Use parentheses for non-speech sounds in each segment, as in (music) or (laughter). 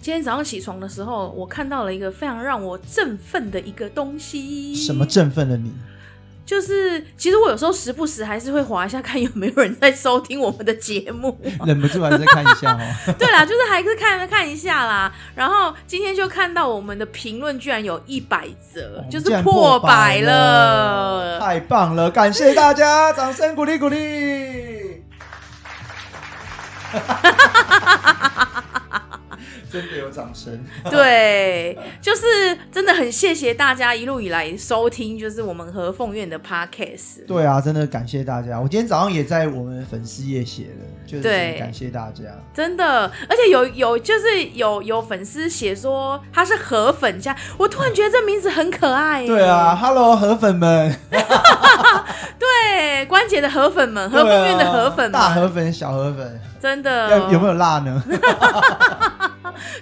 今天早上起床的时候，我看到了一个非常让我振奋的一个东西。什么？振奋了你？就是其实我有时候时不时还是会划一下，看有没有人在收听我们的节 (laughs) 目。忍不住还是再看一下哦。对啦，就是还是看看一下啦。然后今天就看到我们的评论居然有一百则，哦 (laughs) 就是竟然破百了。太棒了！感谢大家，掌声鼓励鼓励。 (laughs) 真的有掌声，对，就是真的很谢谢大家一路以来收听，就是我们和凤院的 podcast。对啊，真的感谢大家。我今天早上也在我们粉丝页写了，就是对感谢大家。真的，而且有有就是有有粉丝写说他是河粉家，我突然觉得这名字很可爱耶。对啊，Hello 河粉们，对，关节的河粉们，河对凤啊院的河粉们，嗯大河粉、小河粉，真的要有没有辣呢？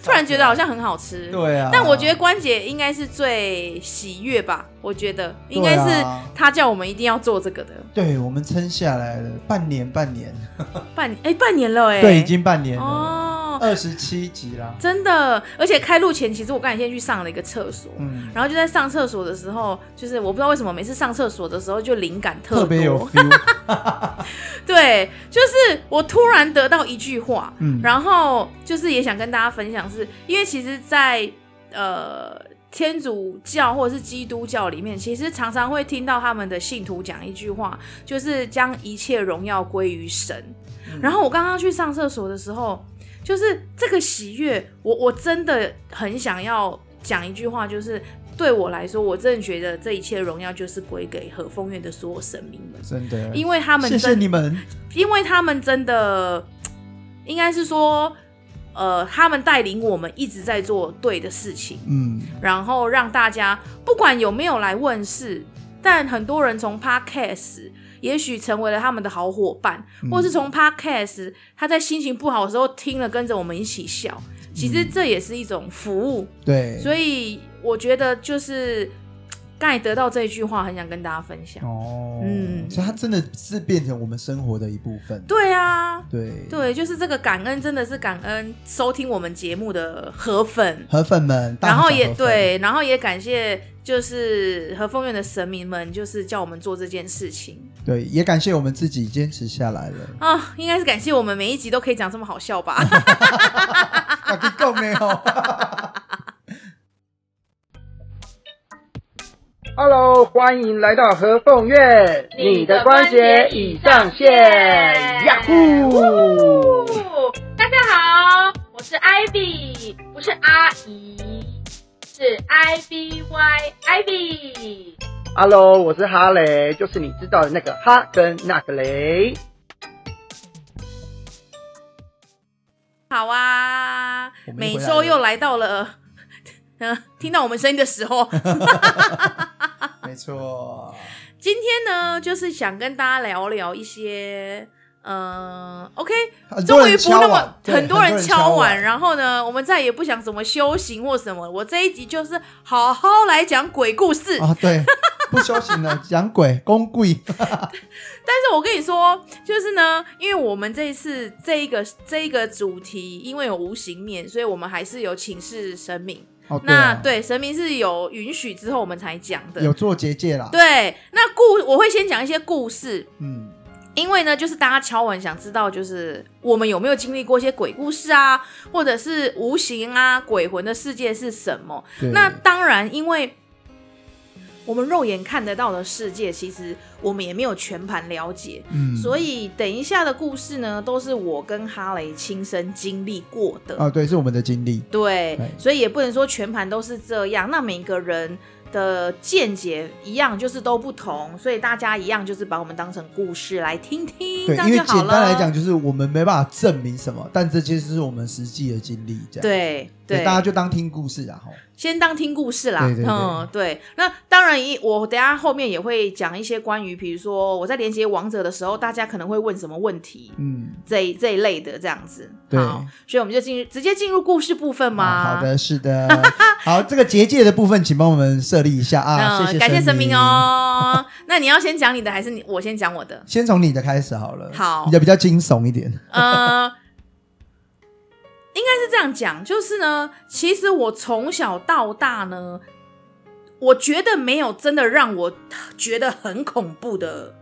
突然觉得好像很好吃。对啊，但我觉得关姐应该是最喜悦吧，我觉得应该对是啊她叫我们一定要做这个的。对我们撑下来了半年，半年，半哎、半年了哎、对，已经半年了，哦，二十七集啦。真的，而且开录前其实我刚才先去上了一个厕所。嗯，然后就在上厕所的时候，就是我不知道为什么每次上厕所的时候就灵感 (laughs) 特特多别有 feel。对，就是我突然得到一句话，嗯 (laughs) 然后就是也想跟大家分享是，因为其实在，呃天主教或者是基督教里面，其实常常会听到他们的信徒讲一句话，就是将一切荣耀归于神。嗯然后我刚刚去上厕所的时候，就是这个喜悦，我我真的很想要讲一句话，就是。对我来说，我真的觉得这一切荣耀就是归给和风院的所有神明们，真的，因为他们谢真谢你们。因为他们真的，应该是说，呃，他们带领我们一直在做对的事情，嗯，然后让大家不管有没有来问世，但很多人从 podcast 也许成为了他们的好伙伴，或是从 podcast 他在心情不好的时候听了，跟着我们一起笑。其实这也是一种服务，对。所以我觉得就是刚才得到这一句话，很想跟大家分享。哦，嗯所以它真的是变成我们生活的一部分。对啊，对，对，就是这个感恩，真的是感恩收听我们节目的河粉，河粉们，大然后小也河粉，对，然后也感谢就是和风院的神明们，就是叫我们做这件事情对，也感谢我们自己坚持下 (laughs) 来了。啊、应该是感谢我们每一集都可以讲这么好笑吧。 (laughs) 啊，你够没有 (laughs) Hello，欢迎来到和凤院，你的关节已上线，呀呼！大家好，我是 Ivy，不是阿姨，是 I B Y Ivy。 Hello，我是哈雷，就是你知道的那个哈跟那个雷。好啊我，们每又回来周了又来到了，嗯、听到我们声音的时候， (laughs) 没错，今天呢，就是想跟大家聊聊一些。嗯，OK，很多 (laughs) 终于人不那敲么碗，对很多人敲碗，碗，然后呢，我们再也不想什么修行或什么。我这一集就是好好来讲鬼故事。啊，对，不修行了，养鬼，(laughs) 公贵，但是我跟你说，就是呢，因为我们这一次这一个这一个主题，因为有无形面，所以我们还是有请示神明。哦，那啊，对神明是有允许之后我们才讲的。有做结界啦，，对，那故我会先讲一些故事，嗯，因为呢，就是大家敲完想知道，就是我们有没有经历过一些鬼故事啊，或者是无形啊、鬼魂的世界是什么？对，那当然，因为我们肉眼看得到的世界，其实我们也没有全盘了解，嗯，所以等一下的故事呢，都是我跟哈雷亲身经历过的。啊，对，是我们的经历，对对，所以也不能说全盘都是这样。那每个人的见解一样，就是都不同，所以大家一样就是把我们当成故事来听听，这对，样因为就好简了。单来讲，就是我们没办法证明什么，但这些是我们实际的经历，这样，对对，大家就当听故事啊，吼，先当听故事啦。对对对嗯，对。那当然一，我等一下后面也会讲一些关于，比如说我在连接王者的时候，大家可能会问什么问题。嗯，这一这一类的这样子，对好，所以我们就进入直接进入故事部分嘛。啊好的，(laughs) 是的，好，这个结界的部分，请帮我们设立一下啊，嗯，谢谢，感谢神神明。 (laughs) 哦。那你要先讲你的，还是你我先讲我的？先从你的开始好了，好你的比较惊悚一点。呃，应该是这样讲，就是呢，其实我从小到大呢，我觉得没有真的让我觉得很恐怖的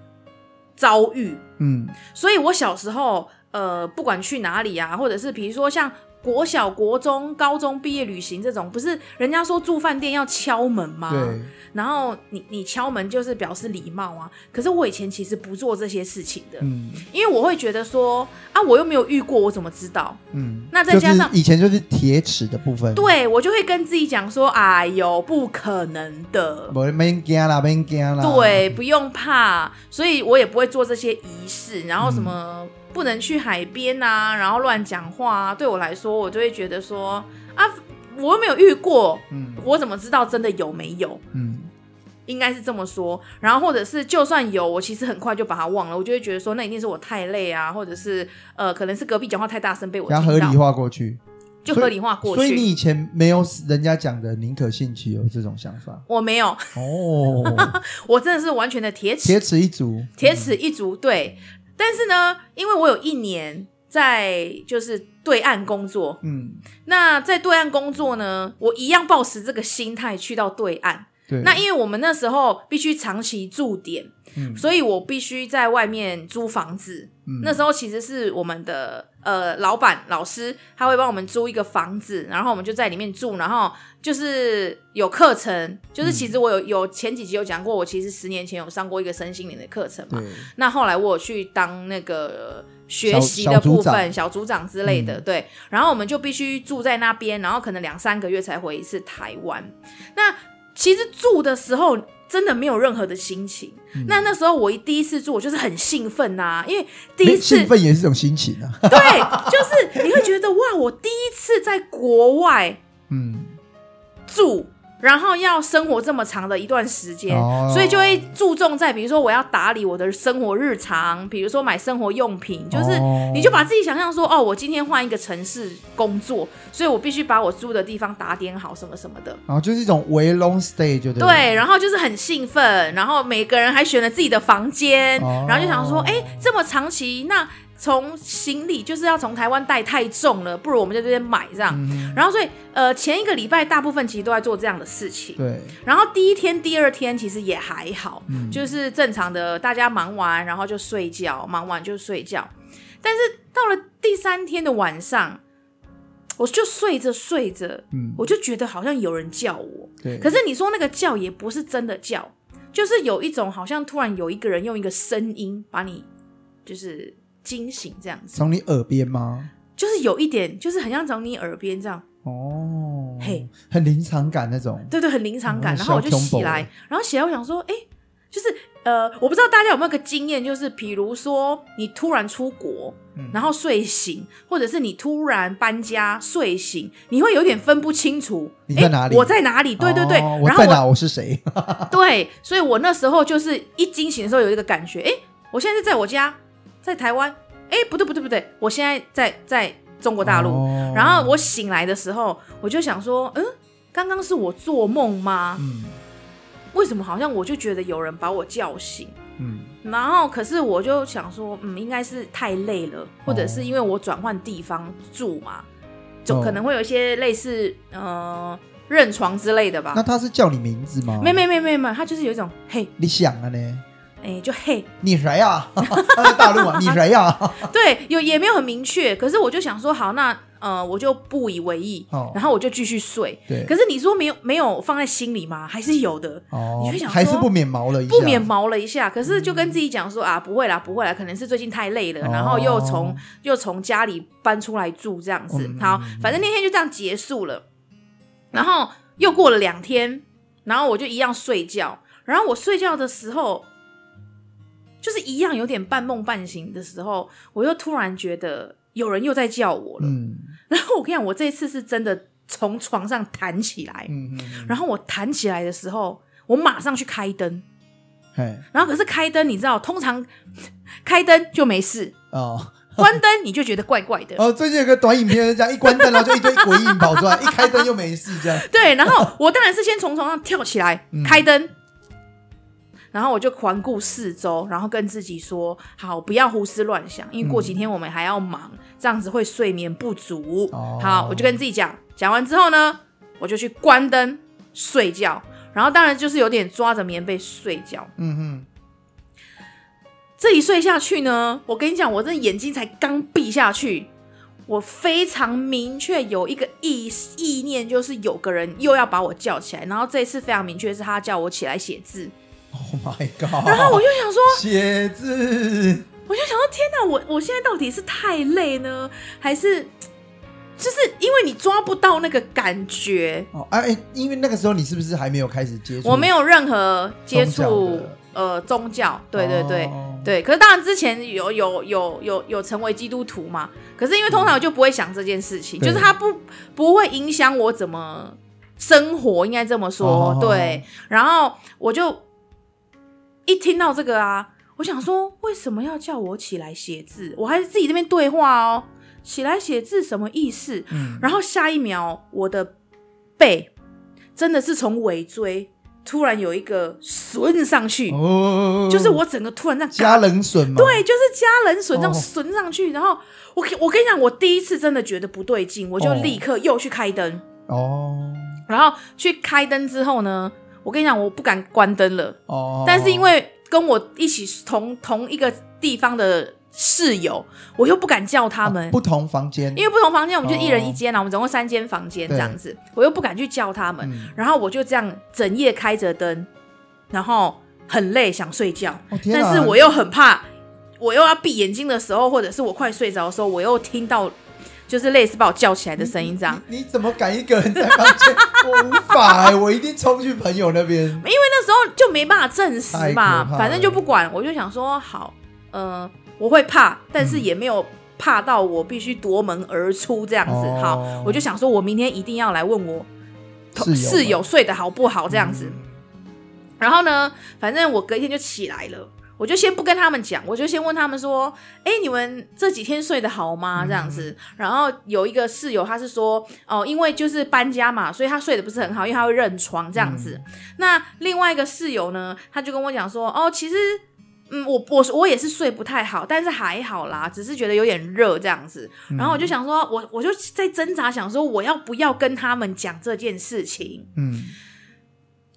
遭遇，嗯，所以我小时候，呃，不管去哪里啊，或者是比如说像国小、国中、高中毕业旅行这种，不是人家说住饭店要敲门吗？对，然后你你敲门就是表示礼貌啊。可是我以前其实不做这些事情的，嗯因为我会觉得说啊，我又没有遇过，我怎么知道？嗯。那再加上就是以前就是铁齿的部分，，对我就会跟自己讲说，哎呦，不可能的。没没惊啦，没惊啦，对，，不用怕，所以我也不会做这些仪式，然后什么嗯不能去海边啊，然后乱讲话啊，对我来说，我就会觉得说啊，我又没有遇过，嗯我怎么知道真的有没有？嗯应该是这么说，然后或者是就算有，我其实很快就把它忘了，我就会觉得说那一定是我太累啊，或者是呃，可能是隔壁讲话太大声被我然听后合理到，化过去，就所以合理化过所以你去。以前没有人家讲的宁可信其有这种想法我没有，哦，我真的是完全的铁齿 (laughs) 铁齿一嗯族，铁齿一族，对。但是呢，因为我有一年在就是对岸工作，嗯，那在对岸工作呢，我一样抱持这个心态去到对岸。对，那因为我们那时候必须长期驻点，嗯所以我必须在外面租房子。嗯那时候其实是我们的呃老板老师，他会帮我们租一个房子，然后我们就在里面住，然后就是有课程，就是其实我有有前几集有讲过，我其实十年前有上过一个身心灵的课程嘛。对，那后来我有去当那个学小习小的组部分长小组长之类的，对。然后我们就必须住在那边，然后可能两三个月才回一次台湾。那其实住的时候真的没有任何的心情。嗯那那时候我一第一次住，我就是很兴奋呐、因为第一你次兴奋也是一种心情 (laughs) 啊，对，就是你会觉得哇，我第一次在国外嗯，住，然后要生活这么长的一段时间，哦所以就会注重在比如说我要打理我的生活日常，比如说买生活用品，就是哦你就把自己想象说，哦，我今天换一个城市工作，所以我必须把我住的地方打点好，什么什么的。然后就是一种为 long stay 就对了，对，然后就是很兴奋，然后每个人还选了自己的房间，哦然后就想说，哎，这么长期，那从行李就是要从台湾带太重了，不如我们在这边买这样。嗯，然后所以，呃，前一个礼拜大部分其实都在做这样的事情。对，然后第一天、第二天其实也还好，嗯就是正常的，大家忙完然后就睡觉，忙完就睡觉。但是到了第三天的晚上，我就睡着睡着，嗯，我就觉得好像有人叫我，对，可是你说那个叫也不是真的叫，就是有一种好像突然有一个人用一个声音把你就是惊醒这样子，从你耳边吗？就是有一点就是很像从你耳边这样，哦，嘿，很临场感那种，对对，很临场感。嗯然后我就小恐怖起来，然后起来我想说，哎，就是呃，我不知道大家有没有个经验，就是比如说你突然出国，嗯然后睡醒，或者是你突然搬家睡醒，你会有点分不清楚你诶在哪里我在哪里？对对对，哦我然后在哪？我是谁？对，所以我那时候就是一惊醒的时候有一个感觉，哎，我现在是在我家，在台湾，哎，不对不对不对，我现在在在中国大陆。哦然后我醒来的时候，我就想说，嗯，刚刚是我做梦吗？嗯为什么好像我就觉得有人把我叫醒？嗯然后可是我就想说，嗯，应该是太累了，或者是因为我转换地方住嘛，就哦可能会有一些类似呃认床之类的吧那。他是叫你名字吗？没没没没没，他就是有一种嘿，你想啊呢？哎、就嘿，你谁呀、他在大 (laughs) 陆啊，你谁呀、对，有也没有很明确，可是我就想说，好，那呃，我就不以为意，哦然后我就继续睡。对可是你说没有没有放在心里吗？还是有的，哦你就想，说还是不免毛了一下，嗯不免毛了一下。可是就跟自己讲说、啊，不会啦，不会啦，可能是最近太累了，然后又从、哦又从家里搬出来住这样子。嗯好，反正那天就这样结束了。然后又过了两天，然后我就一样睡觉。然后我睡觉的时候，就是一样有点半梦半醒的时候，我又突然觉得有人又在叫我了。嗯然后我跟你讲，我这次是真的从床上弹起来。嗯嗯，然后我弹起来的时候，我马上去开灯。嘿然后可是开灯，你知道，通常 (laughs) 开灯就没事，哦关灯你就觉得怪怪的。哦，最近有个短影片是这样，一关灯然后就一堆鬼影跑出来，一开灯又没事这样，对，然后我当然是先从床上跳起来，嗯开灯，然后我就环顾四周，然后跟自己说：好，不要胡思乱想，因为过几天我们还要忙，这样子会睡眠不足。哦好，我就跟自己讲，讲完之后呢，我就去关灯睡觉。然后当然就是有点抓着棉被睡觉，嗯哼，这一睡下去呢，我跟你讲，我这眼睛才刚闭下去，我非常明确有一个意意念，就是有个人又要把我叫起来，然后这一次非常明确是他叫我起来写字， ，Oh my god！然后我就想说，写字，我就想说，天哪，我我现在到底是太累呢，还是就是因为你抓不到那个感觉，哦，哎、哎，因为那个时候你是不是还没有开始接触？我没有任何接宗触教的呃宗教，对对对。哦对，可是当然之前有有有有有成为基督徒嘛，可是因为通常我就不会想这件事情，嗯对就是它不不会影响我怎么生活，应该这么说、哦对。然后我就一听到这个啊，我想说为什么要叫我起来写字？我还是自己这边对话哦，起来写字什么意思？嗯，然后下一秒，我的背真的是从尾椎突然有一个损上去，哦，就是我整个突然这样加嘎冷笋嘛，对，，就是加人损这样哦损上去，然后我我跟你讲，我第一次真的觉得不对劲，我就哦立刻又去开灯，哦然后去开灯之后呢，我跟你讲，我不敢关灯了，哦，但是因为跟我一起同同一个地方的室友，我又不敢叫他们，哦不同房间，因为不同房间我们就一人一哦间啊，我们总共三间房间这样子，我又不敢去叫他们，嗯然后我就这样整夜开着灯，然后很累想睡觉，哦天啊但是我又很怕，我又要闭眼睛的时候，或者是我快睡着的时候，我又听到就是类似把我叫起来的声音这样。你你怎么敢一个人在房间？ (laughs) 我无法、哎，我一定冲去朋友那边。因为那时候就没办法证实嘛嗯太可怕，了反正就不管，我就想说好，呃，我会怕，但嗯是也没有怕到我必须夺门而出这样子。哦好，我就想说我明天一定要来问我同室友室友睡得好不好这样子。嗯然后呢，反正我隔一天就起来了。我就先不跟他们讲，我就先问他们说：“哎、你们这几天睡得好吗？”这样子。然后有一个室友，他是说：“哦，因为就是搬家嘛，所以他睡得不是很好，因为他会认床这样子。那另外一个室友呢，他就跟我讲说：“哦，其实，嗯，我我我也是睡不太好，但是还好啦，只是觉得有点热这样子。”然后我就想说，我我就在挣扎，想说我要不要跟他们讲这件事情。嗯，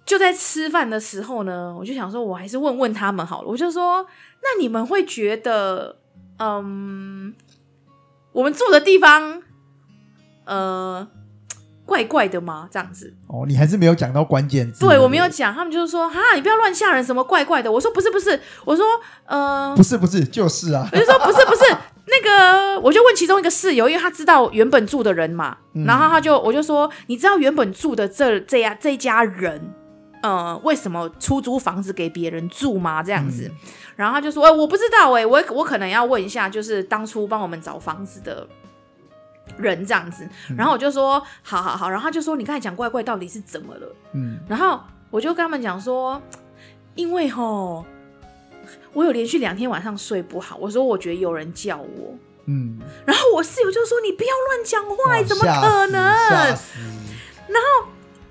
就在吃饭的时候呢，我就想说，我还是问问他们好了。我就说，那你们会觉得，嗯，我们住的地方，呃，怪怪的吗？这样子？哦，你还是没有讲到关键字。对我没有讲，他们就是说，哈，你不要乱吓人，什么怪怪的。我说不是不是，我说，呃不，是不是，就是啊我，就说不是不是，那个我就问其中一个室友，因为他知道原本住的人嘛，嗯然后他就我就说，你知道原本住的这这家这家人，呃，为什么出租房子给别人住吗？这样子，然后他就说，哎、我不知道、哎，我我可能要问一下，就是当初帮我们找房子的。人这样子，然后我就说好好好，然后他就说你刚才讲怪怪到底是怎么了？嗯，然后我就跟他们讲说，因为吼，我有连续两天晚上睡不好，我说我觉得有人叫我，嗯，然后我室友就说你不要乱讲话，哇怎么可吓能？死吓死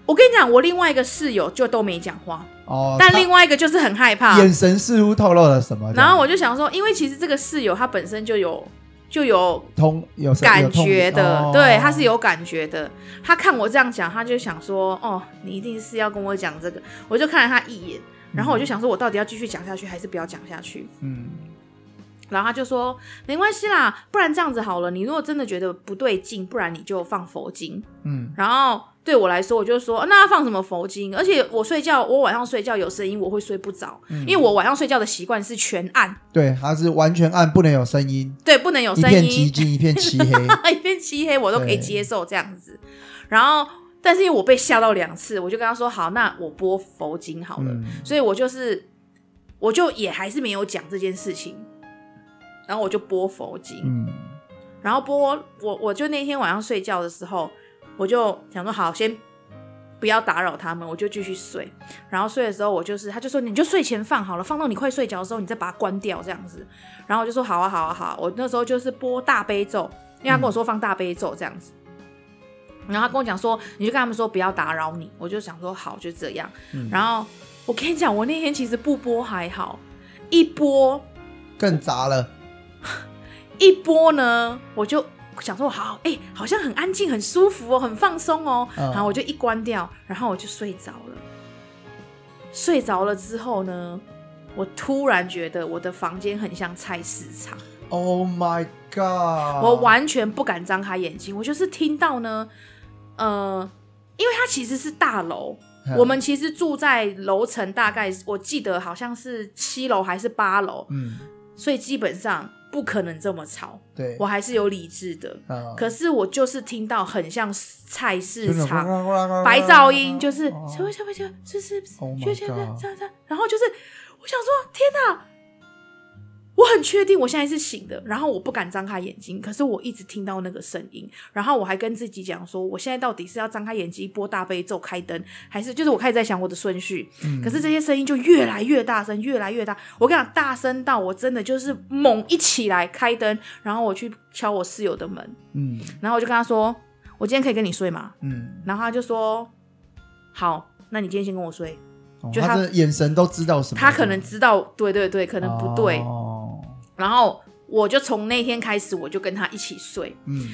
我跟你讲，我另外一个室友就都没讲话，哦，但他另外一个就是很害怕。眼神似乎透露了什么。然后我我就想说，因为其实这个室友他本身就有就有通有神感有痛觉的，哦对，他是有感觉的。他看我这样讲，他就想说：“哦，你一定是要跟我讲这个。”我就看了他一眼，然后我就想说，我到底要继续讲下去，还是不要讲下去？嗯，然后他就说：“没关系啦，不然这样子好了，你如果真的觉得不对劲，不然你就放佛经。”嗯然后对我来说，我就说：“啊那要放什么佛经？而且我睡觉，我晚上睡觉有声音，我会睡不着，嗯，因为我晚上睡觉的习惯是全暗，对他是完全暗，不能有声音，对，不能有一声片音，寂静，一片漆 (laughs) 黑。一片漆黑，我都可以对接受这样子。然后，但是因为我被吓到两次，我就跟他说：“好，那我播佛经好了。嗯所以我就是，我就也还是没有讲这件事情。然后我就播佛经，嗯，然后播我我就那天晚上睡觉的时候，我就想说好，先不要打扰他们，我就继续睡。然后睡的时候，我就是他就说你就睡前放好了，放到你快睡着的时候，你再把它关掉这样子。然后我就说好啊好啊好啊我那时候就是播大悲咒，因为他跟我说放大悲咒这样子。然后他跟我讲说，你就跟他们说不要打扰你，我就想说好就这样。然后我跟你讲，我那天其实不播还好，一播更杂了。一播呢，我就想说好，哎、好像很安静，很舒服哦，很放松哦。嗯然后我就一关掉，然后我就睡着了。睡着了之后呢，我突然觉得我的房间很像菜市场， Oh my god！我完全不敢张开眼睛，我就是听到呢，呃，因为它其实是大楼，嗯我们其实住在楼层大概我记得好像是七楼还是八楼，嗯，所以基本上不可能这么吵，对，我还是有理智的。嗯，可是我就是听到很像菜市就那种场呱呱呱呱呱白噪音，就是哦什么什么什么，就是就是 Oh my 就是这 God 样，然后就是我想说，天哪！我很确定我现在是醒的，然后我不敢张开眼睛，可是我一直听到那个声音，然后我还跟自己讲说，我现在到底是要张开眼睛播大悲咒开灯，还是就是我开始在想我的顺序，嗯可是这些声音就越来越大声，越来越大。我跟你讲，大声到我真的就是猛一起来开灯，然后我去敲我室友的门，嗯然后我就跟他说：“我今天可以跟你睡吗嗯？”，然后他就说：“好，那你今天先跟我睡。哦就他他的眼神都知道什”么，他可能知道，对对对，可可能不对。嗯哦，然后我就从那天开始，我就跟他一起睡。嗯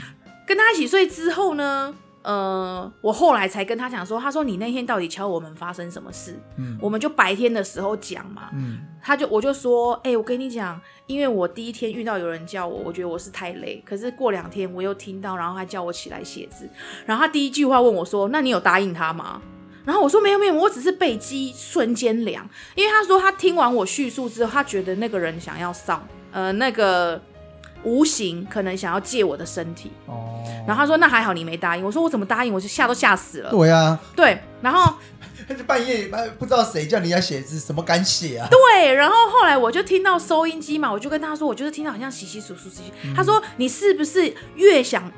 跟他一起睡之后呢，呃，我后来才跟他讲说，他说你那天到底敲我们发生什么事？嗯，我们就白天的时候讲嘛。嗯他就我就说，哎、我跟你讲，因为我第一天遇到有人叫我，我觉得我是太累。可是过两天我又听到，然后他叫我起来写字，然后他第一句话问我说：“那你有答应他吗？”然后我说：“没有没有，我只是背肌瞬间凉。”因为他说他听完我叙述之后，他觉得那个人想要上，呃，那个无形可能想要借我的身体。哦，然后他说：“那还好你没答应。”我说：“我怎么答应？我就吓都吓死了。对啊呀，”对，然后半夜半不知道谁叫你要写字，什么敢写啊？对，然后后来我就听到收音机嘛，我就跟他说，我就是听到很像洗洗簌簌洗洗。他说你是不是越想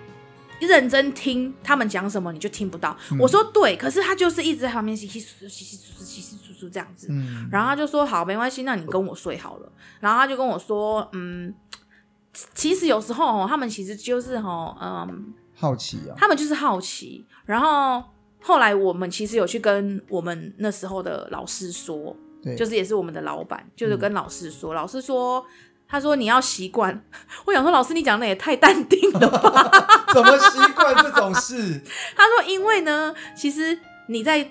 认真听他们讲什么，你就听不到？我说对，可是他就是一直在旁边洗洗簌簌洗洗簌簌洗洗簌簌这样子。嗯，然后他就说好，没关系，那你跟我睡好了。然后他就跟我说，嗯，其实有时候哦，他们其实就是哦，嗯，好奇啊，他们就是好奇。然后后来我们其实有去跟我们那时候的老师说，对，嗯就是也是我们的老板，就是跟老师说，老师说。他说：“你要习惯。” (laughs) 我想说，老师你讲的也太淡定了吧？ (laughs) (laughs) 怎么习惯这种事？他说：“因为呢，其实你在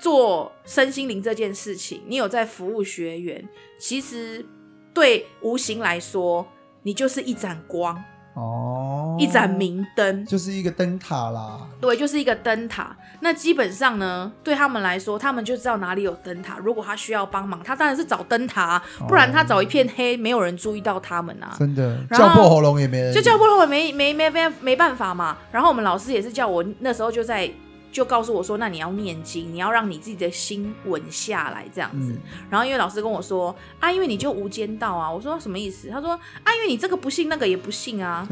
做身心灵这件事情，你有在服务学员，其实对无形来说，你就是一盏光， (laughs) 哦，一盏，明灯。就是一个灯塔啦，对，就是一个灯塔。那基本上呢，对他们来说，他们就知道哪里有灯塔。如果他需要帮忙，他当然是找灯塔、啊，不哦然他找一片黑，没有人注意到他们啊。真的然后叫破喉咙也没人，就叫不了，我没没没没没办法嘛。然后我们老师也是叫我那时候就在就告诉我说，那你要念经，你要让你自己的心稳下来这样子。嗯然后因为老师跟我说啊，因为你就无间道啊，我说什么意思？他说啊，因为你这个不信那个也不信啊。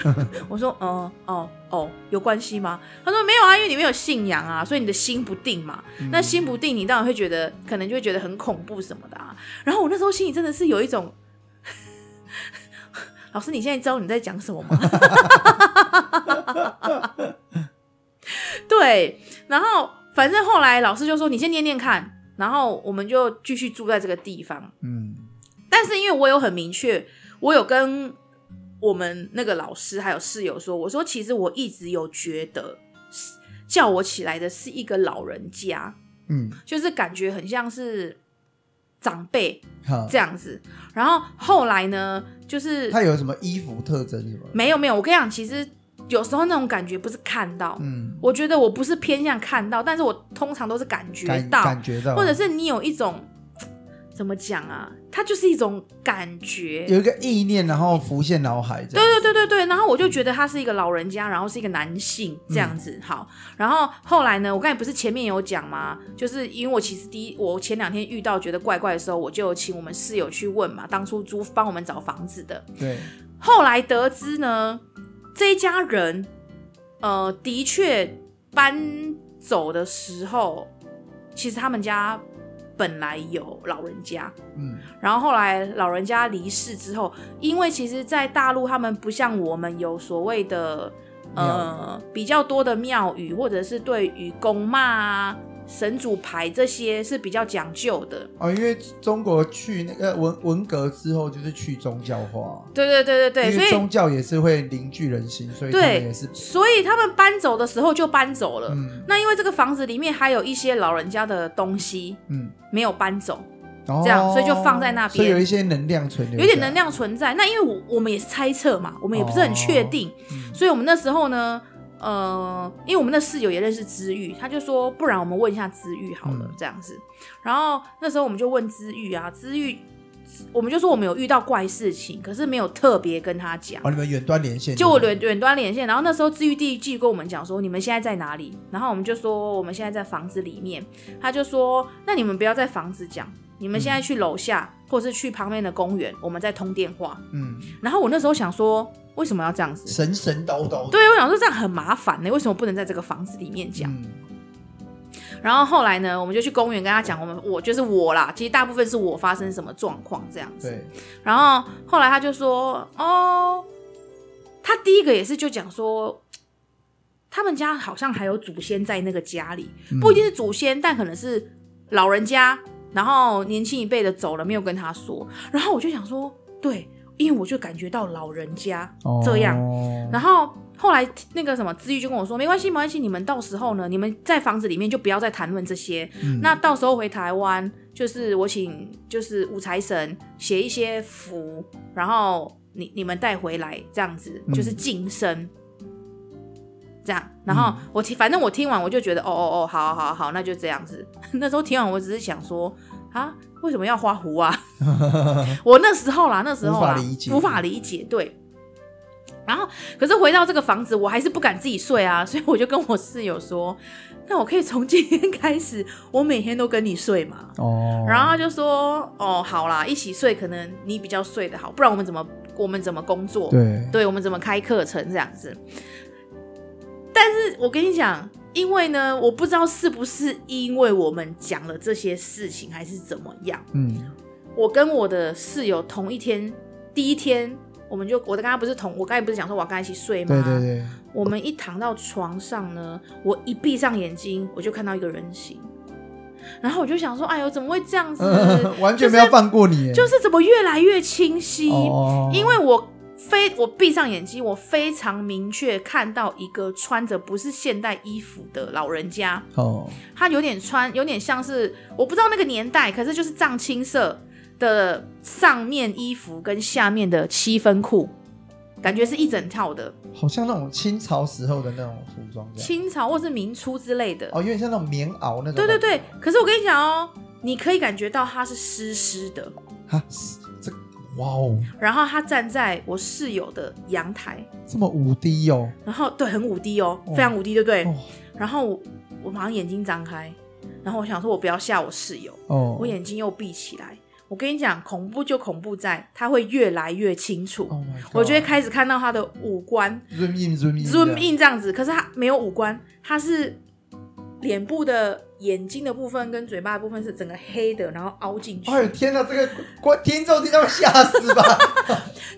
(laughs) 我说嗯哦哦，有关系吗？他说没有啊，因为你没有信仰啊，所以你的心不定嘛。嗯那心不定，你当然会觉得可能就会觉得很恐怖什么的啊。然后我那时候心里真的是有一种。 (laughs) 老师，你现在知道你在讲什么吗？ (laughs) 对，然后反正后来老师就说你先念念看，然后我们就继续住在这个地方。嗯但是因为我有很明确，我有跟我们那个老师还有室友说，我说其实我一直有觉得是叫我起来的是一个老人家，嗯，就是感觉很像是长辈好这，样子。然后后来呢，就是它有什么衣服特征什么？没有没有，我跟你讲，其实有时候那种感觉不是看到，嗯，我觉得我不是偏向看到，但是我通常都是感觉感到，感觉到，或者是你有一种怎么讲啊，它就是一种感觉。有一个意念，然后浮现脑海这样。对对对对对，然后我就觉得他是一个老人家，然后是一个男性这样子。嗯好，然后后来呢，我刚才不是前面有讲吗？就是因为我其实第一，我前两天遇到觉得怪怪的时候，我就有请我们室友去问嘛，当初租帮我们找房子的，对后来得知呢，这一家人，呃，的确搬走的时候，其实他们家本来有老人家，嗯，然后后来老人家离世之后，因为其实，在大陆他们不像我们有所谓的。呃，比较多的庙宇，或者是对于公骂啊，神主牌这些是比较讲究的。哦，因为中国去那个文文革之后，就是去宗教化，对对对对对，因所为宗以教也是会凝聚人心，所以他们对也是，所以他们搬走的时候就搬走了。嗯那因为这个房子里面还有一些老人家的东西嗯，没有搬走，然后这样所以就放在那边所以有一些能量存留，有点能，量存在。那因为我我们也是猜测嘛，我们也不是很确定，嗯所以我们那时候呢，呃，因为我们的室友也认识知玉，他就说，不然我们问一下知玉好了，嗯这样子。然后那时候我们就问知玉啊，知玉，我们就说我们有遇到怪事情，可是没有特别跟他讲。哦，你们远端连线，就我对远远端连线，然后那时候治愈第一季跟我们讲说你们现在在哪里，然后我们就说我们现在在房子里面，他就说那你们不要在房子讲，你们嗯现在去楼下、或是去旁边的公园，我们再通电话。不对嗯，然后我那时候想说为什么要这样子？神神叨叨，对，我想说这样很麻烦呢、为什么不能在这个房子里面讲？嗯，然后后来呢，我们就去公园跟他讲，我们我就是我啦，其实大部分是我发生什么状况这样子。对，然后后来他就说：“哦，他第一个也是就讲说，他们家好像还有祖先在那个家里，嗯不一定是祖先，但可能是老人家，然后年轻一辈的走了，没有跟他说。然后我就想说，对，因为我就感觉到老人家这样。哦然后后来那个什么知玉就跟我说，没关系，没关系，你们到时候呢，你们在房子里面就不要再谈论这些，嗯那到时候回台湾，就是我请就是五财神写一些符，然后你你们带回来这样子，嗯就是晋升。这样，然后我听，反正我听完我就觉得，哦哦哦，好好好，那就这样子。 (laughs) 那时候听完，我只是想说，啊，为什么要花壶啊？我那时候啦，那时候啦，无法理解无法理解，对。然后，可是回到这个房子，我还是不敢自己睡啊， (laughs) 所以我就跟我室友说，那我可以从今天开始，我每天都跟你睡嘛。 (laughs) 哦，然后他就说，哦，好啦，一起睡，可能你比较睡得好，不然我们怎么我们怎么工作？对，对我们怎么开课程这样子。但是我跟你讲，因为呢，我不知道是不是因为我们讲了这些事情，还是怎么样，嗯，我跟我的室友同一天，第一天我们就我跟他不是同，我刚才不是讲说我要跟他一起睡吗？对对对，我们一躺到床上呢，我一闭上眼睛，我就看到一个人形，然后我就想说，哎呦，怎么会这 (laughs) 样子？完全没有放过你耶，就是怎么越来越清晰？哦因为我非我闭上眼睛，我非常明确看到一个穿着不是现代衣服的老人家，哦，他有点穿，有点像是我不知道那个年代，可是就是藏青色的上面衣服跟下面的七分裤，感觉是一整套的好像那种清朝时候的那种服装这样，清朝或是民初之类的。哦，有点像那种棉袄那种，对对，对，可是我跟你讲哦，你可以感觉到它是湿湿的，哈，这哇哦，然后他站在我室友的阳台，这么五 D 哦，然后对，很五 D 哦，哦非常五 D，对不对？哦然后我我马上眼睛张开，然后我想说，我不要吓我室友，哦，我眼睛又闭起来。我跟你讲，恐怖就恐怖在它会越来越清楚。 Oh my God 我就会开始看到他的五官 zoom in zoom in zoom 这样 in 这样子，可是他没有五官，他是脸部的眼睛的部分跟嘴巴的部分是整个黑的，然后凹进去，哎呦天哪，这个观听众听到吓死吧！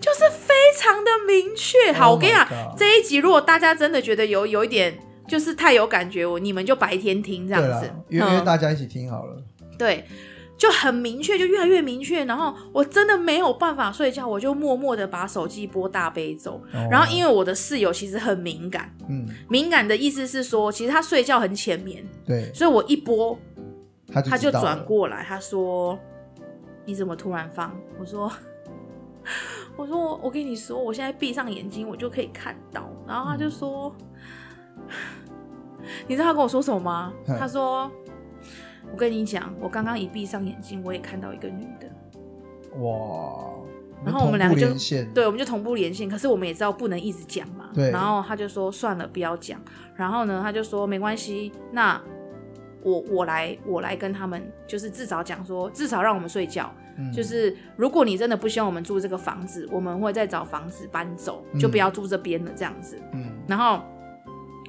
就是非常的明确。好， Oh 我跟你 my 讲 God 这一集，如果大家真的觉得有有一点就是太有感觉，我你们就白天听 (laughs) 这对样啦子，，约约嗯大家一起听好了。对，就很明确，就越来越明确。然后我真的没有办法睡觉，我就默默的把手机拨大悲咒。哦然后因为我的室友其实很敏感，嗯，敏感的意思是说，其实他睡觉很浅眠，对，所以我一拨他就他就知道了转，过来，他说：“你怎么突然放？”我说：“ (laughs) 我说我我跟你说，我现在闭上眼睛，我就可以看到。”然后他嗯就说：“ (laughs) 你知道他跟我说什么吗？”嗯他说：“我跟你讲，我刚刚一闭上眼睛，我也看到一个女的。哇！然后我们两个就同步连线，对，我们就同步连线。可是我们也知道不能一直讲嘛。对然后他就说：“算了，不要讲。”然后呢，他就说：“没关系，那我我来我来跟他们，就是至少讲说，至少让我们睡觉。”嗯就是如果你真的不希望我们住这个房子，我们会再找房子搬走，嗯就不要住这边了这样子。嗯，然后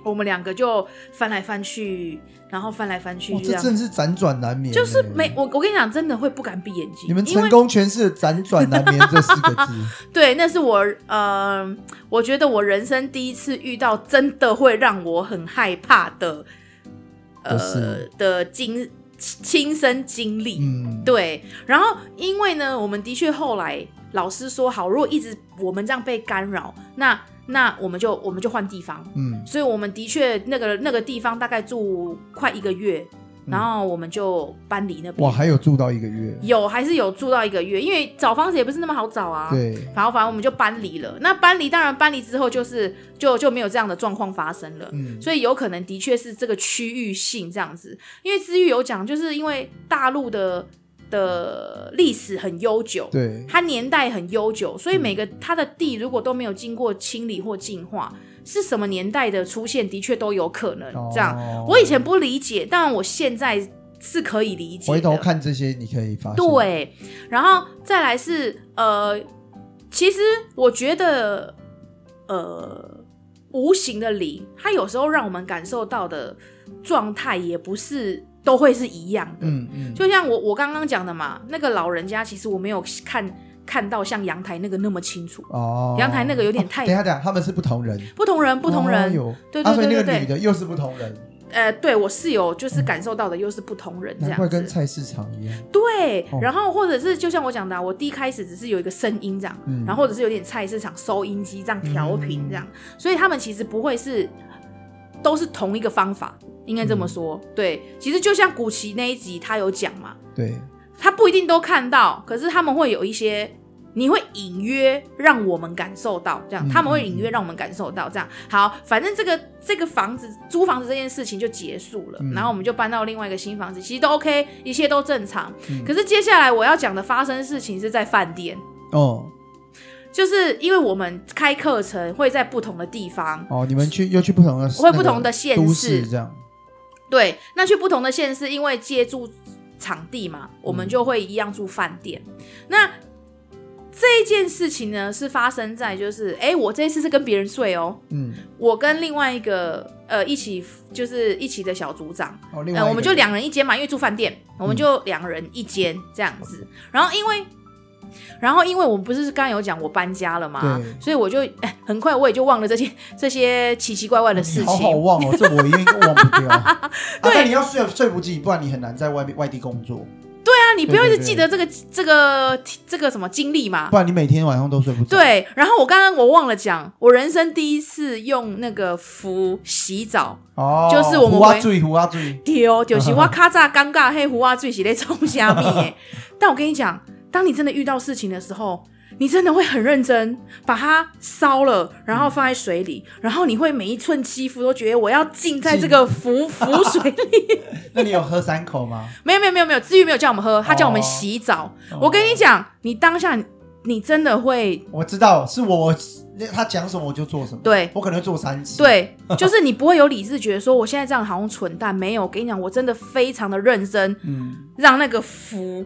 我们两个就翻来翻去，然后翻来翻去哇这哦这样，真是辗转难眠，欸就是没。我我跟你讲，真的会不敢闭眼睛，你们因成为功诠释了“辗转难眠”这四个字， (laughs) 对，那是我呃，我觉得我人生第一次遇到真的会让我很害怕的。不是呃的经亲身经历。嗯，对，然后因为呢，我们的确后来老师说好，如果一直我们这样被干扰，那那我们就我们就换地方。嗯，所以我们的确那个那个地方大概住快一个月，然后我们就搬离那边。嗯哇，还有住到一个月，有还是有住到一个月，因为找房子也不是那么好找啊。。对，然后反正我们就搬离了。那搬离当然搬离之后就是就就没有这样的状况发生了。嗯，所以有可能的确是这个区域性这样子，因为资玉有讲，就是因为大陆的的历史很悠久，对，嗯它年代很悠久，所以每个它的地如果都没有经过清理或净化，是什么年代的出现，的确都有可能这样。哦我以前不理解，但我现在是可以理解的。哦回头看这些，你可以发现，，对，然后再来是呃，其实我觉得呃，无形的灵，它有时候让我们感受到的状态也不是都会是一样的。嗯嗯，就像我我刚刚讲的嘛，那个老人家其实我没有看看到像阳台那个那么清楚，哦，阳台那个有点太哦等一下等一下，他们是不同人，不同人不同人，哦有，对对啊所以对那对个对女的又是不同人，呃，对我室友就是感受到的又是不同人这难样怪子，跟菜市场一样，对哦，然后或者是就像我讲的啊、我第一开始只是有一个声音这样，嗯然后或者是有点菜市场收音机这样调频这样，所以他们其实不会是都是同一个方法，应该这么说。嗯对，其实就像古奇那一集他有讲嘛，对，他不一定都看到，可是他们会有一些，你会隐约让我们感受到，这样、嗯他们会隐约让我们感受到，这样好，反正这个这个房子租房子这件事情就结束了，嗯然后我们就搬到另外一个新房子，其实都 OK，一切都正常。嗯可是接下来我要讲的发生事情是在饭店，哦就是因为我们开课程会在不同的地方，哦，你们去又去不同的，会不同的县市都市这样，对，那去不同的县市，因为接住场地嘛，我们就会一样住饭店。那这一件事情呢，是发生在就是，哎、我这一次是跟别人睡哦，嗯，我跟另外一个呃一起就是一起的小组长，哦，另外一呃，个嗯我们就两人一间嘛，因为住饭店，我们就两人一间这样子。然后因为，然后因为我们不是刚刚有讲我搬家了嘛对，所以我就、哎很快我也就忘了这些这些奇奇怪怪的事你情。好好忘哦，这我一定忘 (laughs) 不掉。啊，对但你要睡睡不进，不然你很难在外面外地工作，那你不要一直对对对记得这个这个这个什么经历嘛不。然你每天晚上都睡不着。，啊对，然后我刚刚我忘了讲，我人生第一次用那个符洗澡，哦，就是我们胡啊回醉胡啊醉，丢、哦就是我咔嚓尴尬黑胡啊最洗在冲下面。但我跟你讲，当你真的遇到事情的时候，你真的会很认真把它烧了，然后放在水里，然后你会每一寸肌肤都觉得我要浸在这个符符水里。那你有喝三 (laughs) 口吗？没有没有没有没有，志玉没有叫我们喝，他叫我们哦洗澡。哦我跟你讲，你当下你你真的会我知道，是我我那他讲什么我就做什么，对我可能做三次。，对，就是你不会有理智觉得说我现在这样好像蠢蛋。没有，我跟你讲，我真的非常的认真，嗯，让那个符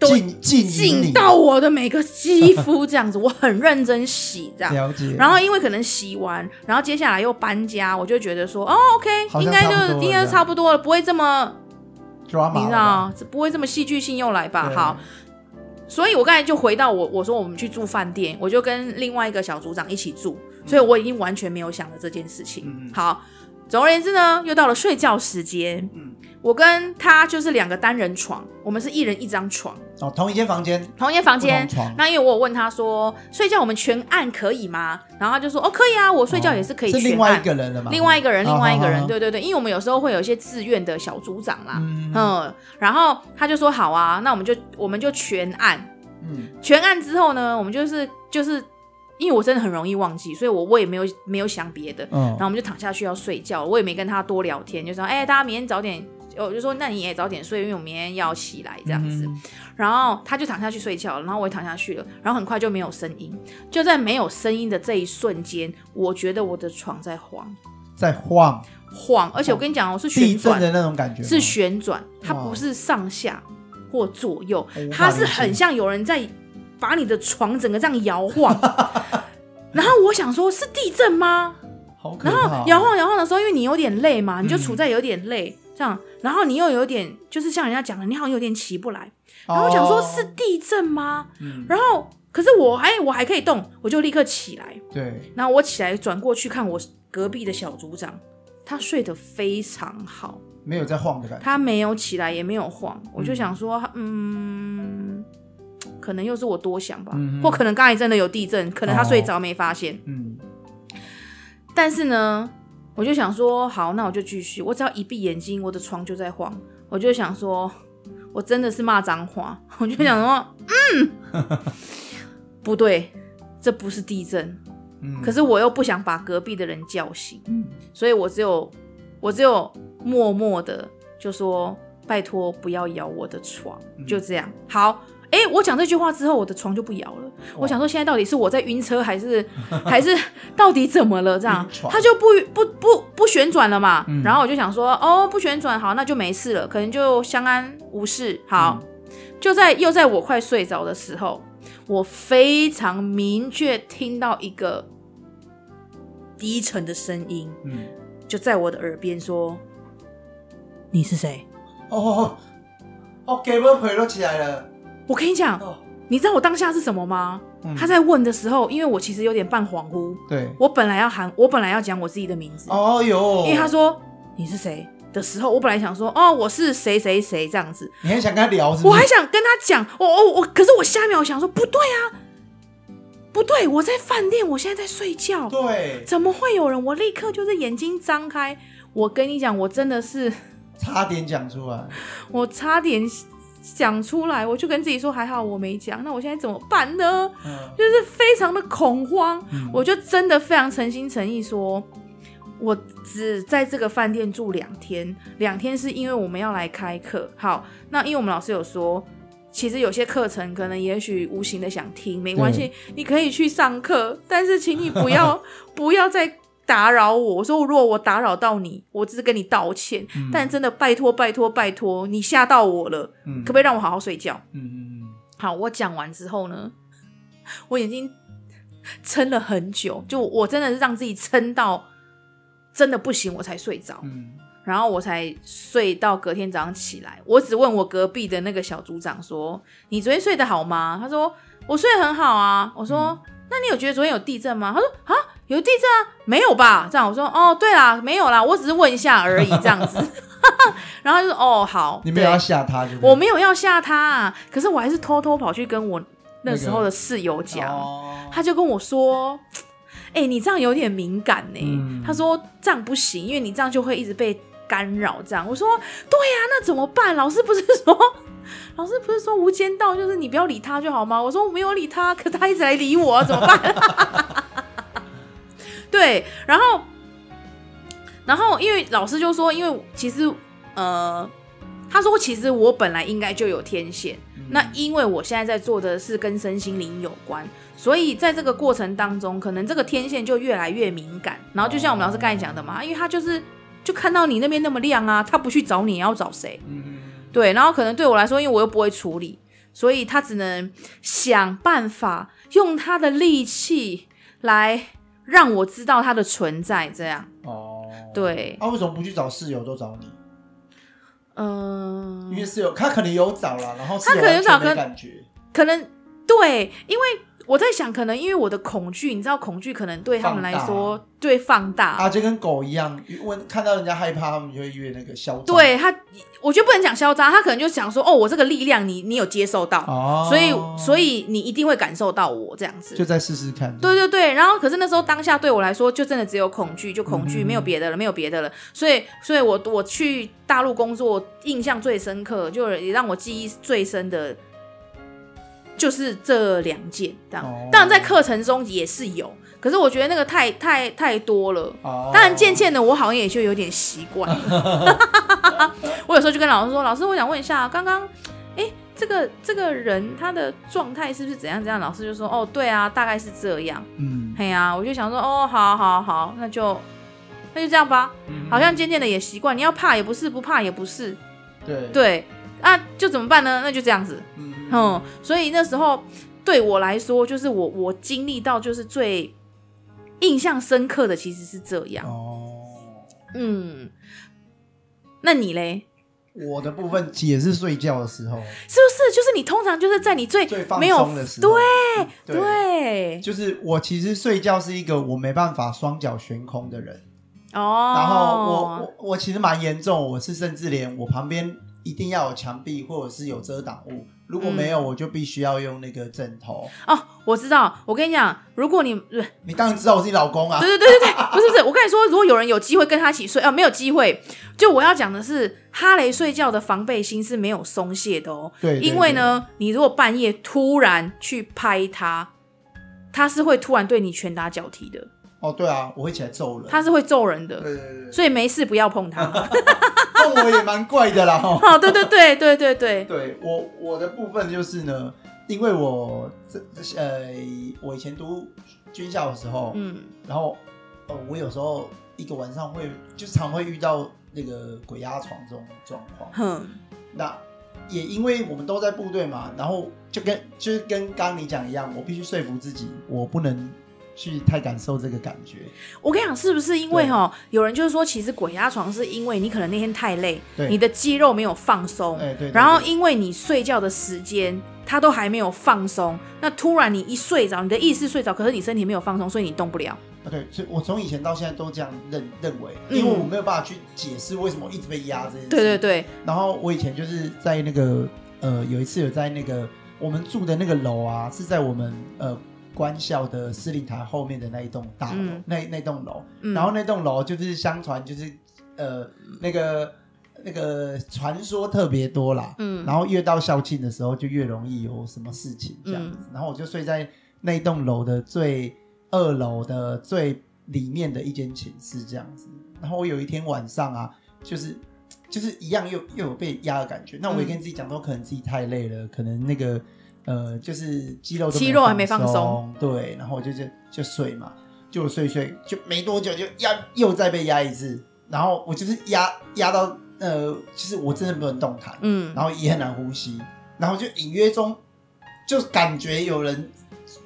都进进引进你到我的每个肌肤这样子，我 (laughs) 很认真洗这样。了解，然后因为可能洗完，然后接下来又搬家，我就觉得说，哦，OK，好像应该差不就多了应该就差不多了，不会这么 drama，你知道，这不会这么戏剧性又来吧？对好，所以我刚才就回到我我说我们去住饭店，我就跟另外一个小组长一起住，所以我已经完全没有想了这件事情。嗯嗯嗯好，总而言之呢，又到了睡觉时间。嗯我跟他就是两个单人床，我们是一人一张床，哦，同一间房间，同一间房间不同床。那因为我有问他说睡觉我们全按可以吗？然后他就说哦可以啊，我睡觉也是可以哦是全按。另外一个人了嘛？另外一个人，哦另外一个人，，好好好对对对，因为我们有时候会有一些自愿的小组长啦，嗯嗯，然后他就说好啊，那我们就我们就全按，嗯，全按之后呢，我们就是就是因为我真的很容易忘记，所以我我也没有没有想别的，嗯然后我们就躺下去要睡觉，我也没跟他多聊天，就说哎、大家明天早点，我就说那你也早点睡，因为我明天要起来这样子，嗯然后他就躺下去睡觉了，然后我也躺下去了，然后很快就没有声音，就在没有声音的这一瞬间，我觉得我的床在晃。在晃晃，而且我跟你讲哦，是地旋震转，的那种感觉吗，是旋转，它哇不是上下或左右我无，法它是理解很像有人在把你的床整个这样摇 (laughs) 晃。然后我想说，是地震吗？好可然怕后哦，摇晃摇晃的时候，因为你有点累嘛，你就处在有点累、这样，然后你又有点就是像人家讲的，你好像有点起不来。然后我想说，哦是地震吗？嗯然后可是我还我还可以动，我就立刻起来。对，然后我起来转过去看我隔壁的小组长，他睡得非常好，没有在晃的感觉。他没有起来，也没有晃，我就想说，嗯，可能又是我多想吧，嗯哼或可能刚才真的有地震，可能他睡着没发现。嗯，但是呢，我就想说，好，那我就继续。我只要一闭眼睛，我的床就在晃，我就想说，我真的是骂脏话，我就想说，嗯，不对，这不是地震，嗯可是我又不想把隔壁的人叫醒，嗯所以我只有我只有默默的就说拜托不要摇我的床，嗯就这样。好，哎、我讲这句话之后，我的床就不摇了。我想说现在到底是我在晕车，还是还是到底怎么了？这样晕船它就不不不不旋转了嘛。嗯然后我就想说哦，不旋转好，那就没事了，可能就相安无事。好，嗯就在又在我快睡着的时候。我非常明确听到一个低沉的声音，嗯，就在我的耳边说：“你是谁哦哦，给我腿都起来了。？”我跟你讲，哦，你知道我当下是什么吗？嗯他在问的时候，因为我其实有点半恍惚，对，我本来要喊，我本来要讲我自己的名字，哦哟，因为他说你是谁的时候，我本来想说哦我是谁谁谁这样子，你还想跟他聊是不是？我还想跟他讲，我我我，可是我下一秒想说不对啊，不对，我在饭店，我现在在睡觉，对，怎么会有人？我立刻就是眼睛张开，我跟你讲，我真的是，差点讲出来。我差点讲出来，我就跟自己说，还好我没讲，那我现在怎么办呢？嗯就是非常的恐慌，(laughs) 嗯我就真的非常诚心诚意说。我只在这个饭店住两天，两天是因为我们要来开课。好，那因为我们老师有说，其实有些课程可能也许无形的想听，没关系，你可以去上课，但是请你不要不要再打扰我。我说如果我打扰到你，我只是跟你道歉，嗯但真的拜托拜托拜托，你吓到我了，嗯可不可以让我好好睡觉？嗯嗯好，我讲完之后呢，我眼睛撑了很久，就我真的是让自己撑到真的不行，我才睡着，嗯然后我才睡到隔天早上起来。我只问我隔壁的那个小组长说：“你昨天睡得好吗？”他说：“我睡得很好啊。”我说：“嗯那你有觉得昨天有地震吗？”他说：“啊，有地震啊，没有吧？”这样我说：“哦，对啦，没有啦，我只是问一下而已，这样子。” (laughs) 然后他就说：“哦，好，你没有要对吓他就对了，我没有要吓他、啊，可是我还是偷偷跑去跟我那时候的室友讲，哦他就跟我说：“哎、你这样有点敏感呢、嗯他说：“这样不行，因为你这样就会一直被干扰。”这样我说：“对呀、那怎么办？老师不是说， (laughs) 老师不是说《无间道》就是你不要理他就好吗？”我说：“我没有理他，可他一直来理我、怎么办？” (laughs) 对，然后，然后因为老师就说，因为其实呃，他说其实我本来应该就有天线，嗯那因为我现在在做的是跟身心灵有关，所以在这个过程当中，可能这个天线就越来越敏感。然后就像我们老师刚才讲的嘛，因为他就是就看到你那边那么亮啊，他不去找你，要找谁？嗯对，然后可能对我来说，因为我又不会处理，所以他只能想办法用他的力气来让我知道他的存在。这样，哦，对，他为什么不去找室友都找你？嗯、因为室友他可能有找啦，然后室友他可能有找完全没跟感觉，可能对，因为我在想，可能因为我的恐惧，你知道，恐惧可能对他们来说，放对放大，啊，就跟狗一样，问看到人家害怕，他们就会越那个嚣张。对他，我觉得不能讲嚣张，他可能就想说，哦，我这个力量你，你有接受到，哦，所以所以你一定会感受到我这样子就。再试试看。对对对，然后可是那时候当下对我来说，就真的只有恐惧，就恐惧，嗯没有别的了，没有别的了。所以，所以我我去大陆工作，印象最深刻，就是也让我记忆最深的，就是这两件。这样，哦当然在课程中也是有，可是我觉得那个太太太多了。哦，当然，渐渐的，我好像也就有点习惯。我有时候就跟老师说：“老师，我想问一下，刚刚，哎、这个这个人他的状态是不是怎样怎样？”老师就说：“哦，对啊，大概是这样。”嗯，嘿呀、我就想说：“哦，好好好，那就那就这样吧。”好像渐渐的也习惯，你要怕也不是，不怕也不是，对，对，那、就怎么办呢？那就这样子。嗯嗯，所以那时候对我来说，就是我我经历到就是最印象深刻的其实是这样。哦，嗯，那你嘞？我的部分也是睡觉的时候，是不是就是你通常就是在你最最放没有松的时候，对对对就是我其实睡觉是一个我没办法双脚悬空的人，哦，然后我我我其实蛮严重，我是甚至连我旁边一定要有墙壁或者是有遮挡物，如果没有嗯我就必须要用那个枕头。哦，我知道，我跟你讲，如果你 (laughs) 对你当然知道我是你老公啊，对对对对，不是不是，我跟你说，如果有人有机会跟他一起睡，啊，没有机会。就我要讲的是，哈雷睡觉的防备心是没有松懈的哦。对对因为呢，你如果半夜突然去拍他，他是会突然对你拳打脚踢的，哦对啊，我会起来揍人。他是会揍人对的。对对对，所以没事不要碰他。那我也蛮怪的 (laughs) 啦哈。吼哦，对对对对对对，对我我的部分就是呢，因为我这这呃，我以前读军校的时候，嗯，然后呃，我有时候一个晚上会就常会遇到那个鬼压床这种状况。哼，那也因为我们都在部队嘛，然后就跟就是跟刚刚你讲一样，我必须说服自己，我不能去太感受这个感觉。我跟你讲，是不是因为对哈，有人就是说，其实鬼压床是因为你可能那天太累，对你的肌肉没有放松，哎、对对然后对因为你睡觉的时间它都还没有放松，那突然你一睡着，你的意识睡着，可是你身体没有放松，所以你动不了。啊对，所以我从以前到现在都这样认认为，因为我没有办法去解释为什么一直被压这件嗯事。对对对，然后我以前就是在那个呃，有一次有在那个我们住的那个楼啊，是在我们呃官校的司令台后面的那一栋大楼，嗯那那栋楼，嗯，然后那栋楼就是相传就是呃那个那个传说特别多啦，嗯，然后越到校庆的时候就越容易有什么事情这样子，嗯然后我就睡在那一栋楼的最二楼的最里面的一间寝室这样子，然后我有一天晚上啊，就是就是一样又又有被压的感觉，那我也嗯跟自己讲说，可能自己太累了，可能那个呃就是肌肉都肌肉还没放松，对，然后我就就就睡嘛，就睡睡就没多久就压又再被压一次，然后我就是压压到呃，就是我真的不能动弹，嗯，然后也很难呼吸，然后就隐约中就感觉有人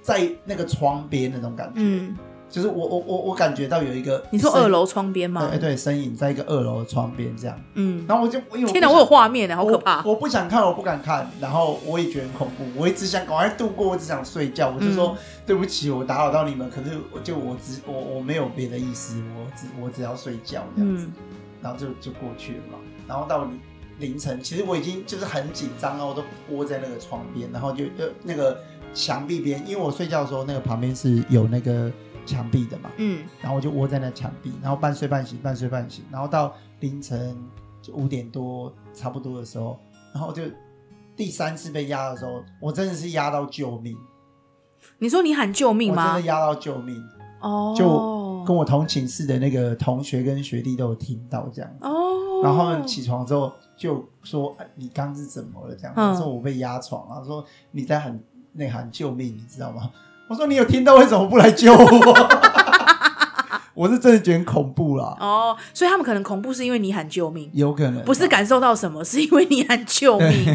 在那个窗边那种感觉，嗯，就是我我我我感觉到有一个你说身二楼窗边吗？对对身影在一个二楼的窗边这样，嗯，然后我就因为天哪，我有画面啊的，好可怕。我！我不想看，我不敢看，然后我也觉得很恐怖，我一直想赶快度过，我只想睡觉，我就说、嗯对不起，我打扰到你们，可是我就我只我我没有别的意思，我只我只要睡觉这样子，嗯然后就就过去了嘛，然后到凌凌晨，其实我已经就是很紧张啊了，我都窝在那个床边，然后就就那个墙壁边，因为我睡觉的时候那个旁边是有那个墙壁的嘛，嗯然后我就窝在那墙壁，然后半睡半醒，半睡半醒，然后到凌晨五点多差不多的时候，然后就第三次被压的时候，我真的是压到救命，你说你喊救命我真吗的？压到救命，哦，就跟我同寝室的那个同学跟学弟都有听到这样，哦，然后他们起床之后就说：“哎你刚是怎么了？”这样，嗯我说我被压床啊，说你在喊那喊救命，你知道吗？我说你有听到为什么不来救我？ (laughs) 我是真的觉得很恐怖啦。哦，所以他们可能恐怖是因为你喊救命。有可能啊不是吧感受到什么，是因为你喊救命， (laughs)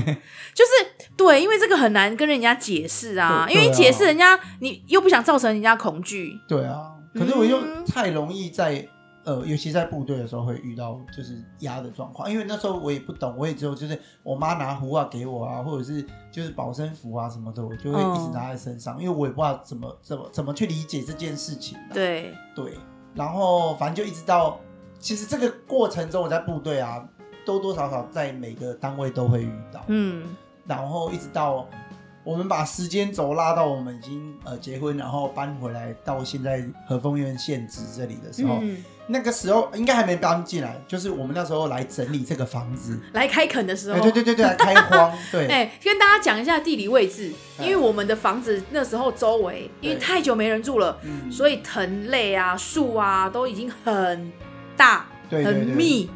就是对，因为这个很难跟人家解释啊，对因为你对啊解释人家，你又不想造成人家恐惧， (laughs) 对啊，可是我又嗯太容易在呃，尤其在部队的时候会遇到就是压的状况，因为那时候我也不懂，我也只有就是我妈拿壶啊给我啊，或者是就是保身符啊什么的，我就会一直拿在身嗯上，因为我也不知道怎么怎么怎么去理解这件事情、啊。对，对，然后反正就一直到其实这个过程中我在部队啊，多多少少在每个单位都会遇到，嗯然后一直到我们把时间轴拉到我们已经呃结婚，然后搬回来到现在和丰苑县址这里的时候，嗯，那个时候应该还没搬进来，就是我们那时候来整理这个房子，来开垦的时哎、候，对对对对，来开荒， (laughs) 对，哎、跟大家讲一下地理位置，嗯因为我们的房子那时候周围，因为对太久没人住了，嗯，所以藤类啊、树啊都已经很大、对对很对密，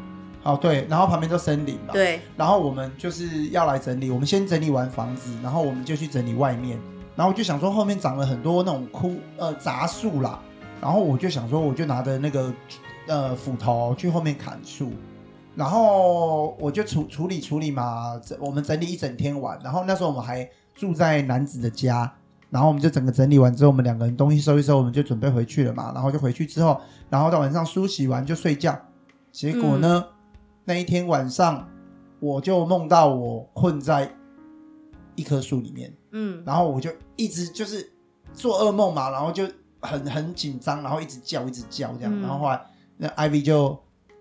好对，然后旁边就森林嘛，，对，然后我们就是要来整理，我们先整理完房子，然后我们就去整理外面，然后我就想说后面长了很多那种枯呃杂树啦，然后我就想说我就拿着那个呃斧头去后面砍树，然后我就处处理处理嘛，整我们整理一整天完，然后那时候我们还住在男子的家。然后我们就整个整理完之后，我们两个人东西收一收，我们就准备回去了嘛。然后就回去之后，然后到晚上梳洗完就睡觉。结果呢，那一天晚上我就梦到我困在一棵树里面，嗯然后我就一直就是做噩梦嘛，然后就很很紧张，然后一直叫一直叫这样，嗯然后后来。那 Ivy 就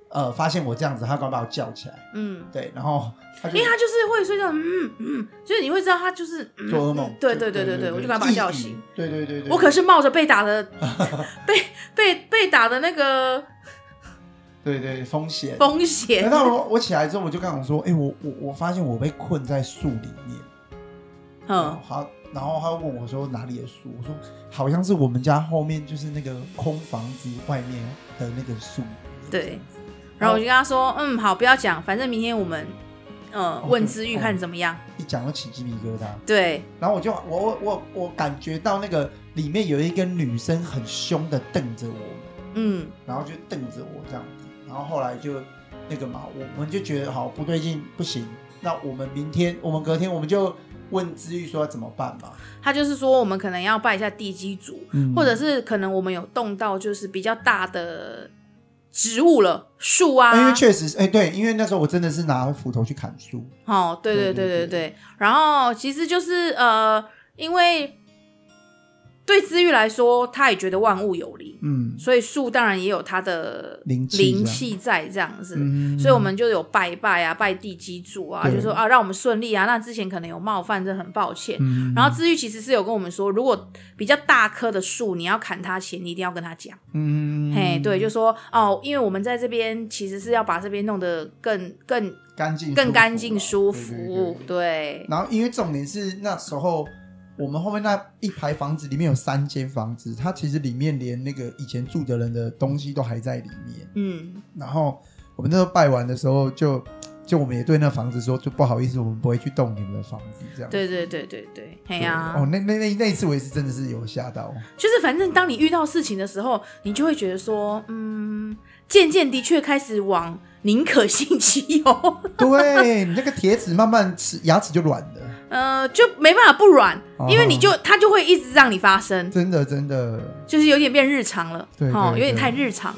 呃发现我这样子，他赶快把我叫起来，嗯，对，然后他就因为他就是会睡觉，嗯嗯，就是你会知道他就是、嗯、做噩梦嗯，对对对对对，我就把他把他叫醒。，对对对对，我可是冒着被打 (laughs) 的被被被打的那个对对风险。风险等，到哎我我起来之后，我就跟我说，哎、我我我发现我被困在树里面。嗯，好，然后他问我说哪里的树，我说好像是我们家后面就是那个空房子外面的那个树。对。然后我就跟他说，嗯，好，不要讲，反正明天我们呃哦问资玉看怎么样。一讲就起鸡皮疙瘩，对，然后我就我我我我感觉到那个里面有一个女生很凶的瞪着我们，嗯然后就瞪着我这样子，然后后来就那个嘛，我我们就觉得好不对劲，不行，那我们明天我们隔天我们就问知玉说要怎么办嘛，他就是说我们可能要拜一下地基组，嗯或者是可能我们有动到就是比较大的植物了，树啊，因为确实是，哎、对，因为那时候我真的是拿斧头去砍树，哦，对对对对对对对。然后其实就是呃，因为对资玉来说，他也觉得万物有灵，嗯所以树当然也有它的灵气灵这样气在这样子。嗯，所以我们就有拜一拜啊，拜地基主啊，对就说啊，让我们顺利啊。那之前可能有冒犯，真的很抱歉。嗯，然后治愈其实是有跟我们说，如果比较大棵的树，你要砍它前，你一定要跟他讲。嗯，嘿，对，就说哦，因为我们在这边其实是要把这边弄得更更干净更干净舒舒服啊，服对对对，对对，然后因为重点是那时候我们后面那一排房子里面有三间房子，它其实里面连那个以前住的人的东西都还在里面。嗯，然后我们那时候拜完的时候就，就我们也对那房子说，就不好意思，我们不会去动你们的房子这样。对对对对对，嘿对呀、啊哦，那那那那一次我也是真的是有吓到，就是反正当你遇到事情的时候，你就会觉得说，嗯，渐渐的确开始往宁可信其 (laughs) 有，对你那个铁齿慢慢齿牙齿就软了，呃，就没办法不软，哦因为你就它就会一直让你发生，真的真的。就是有点变日常了，对哦，有对点对太日常，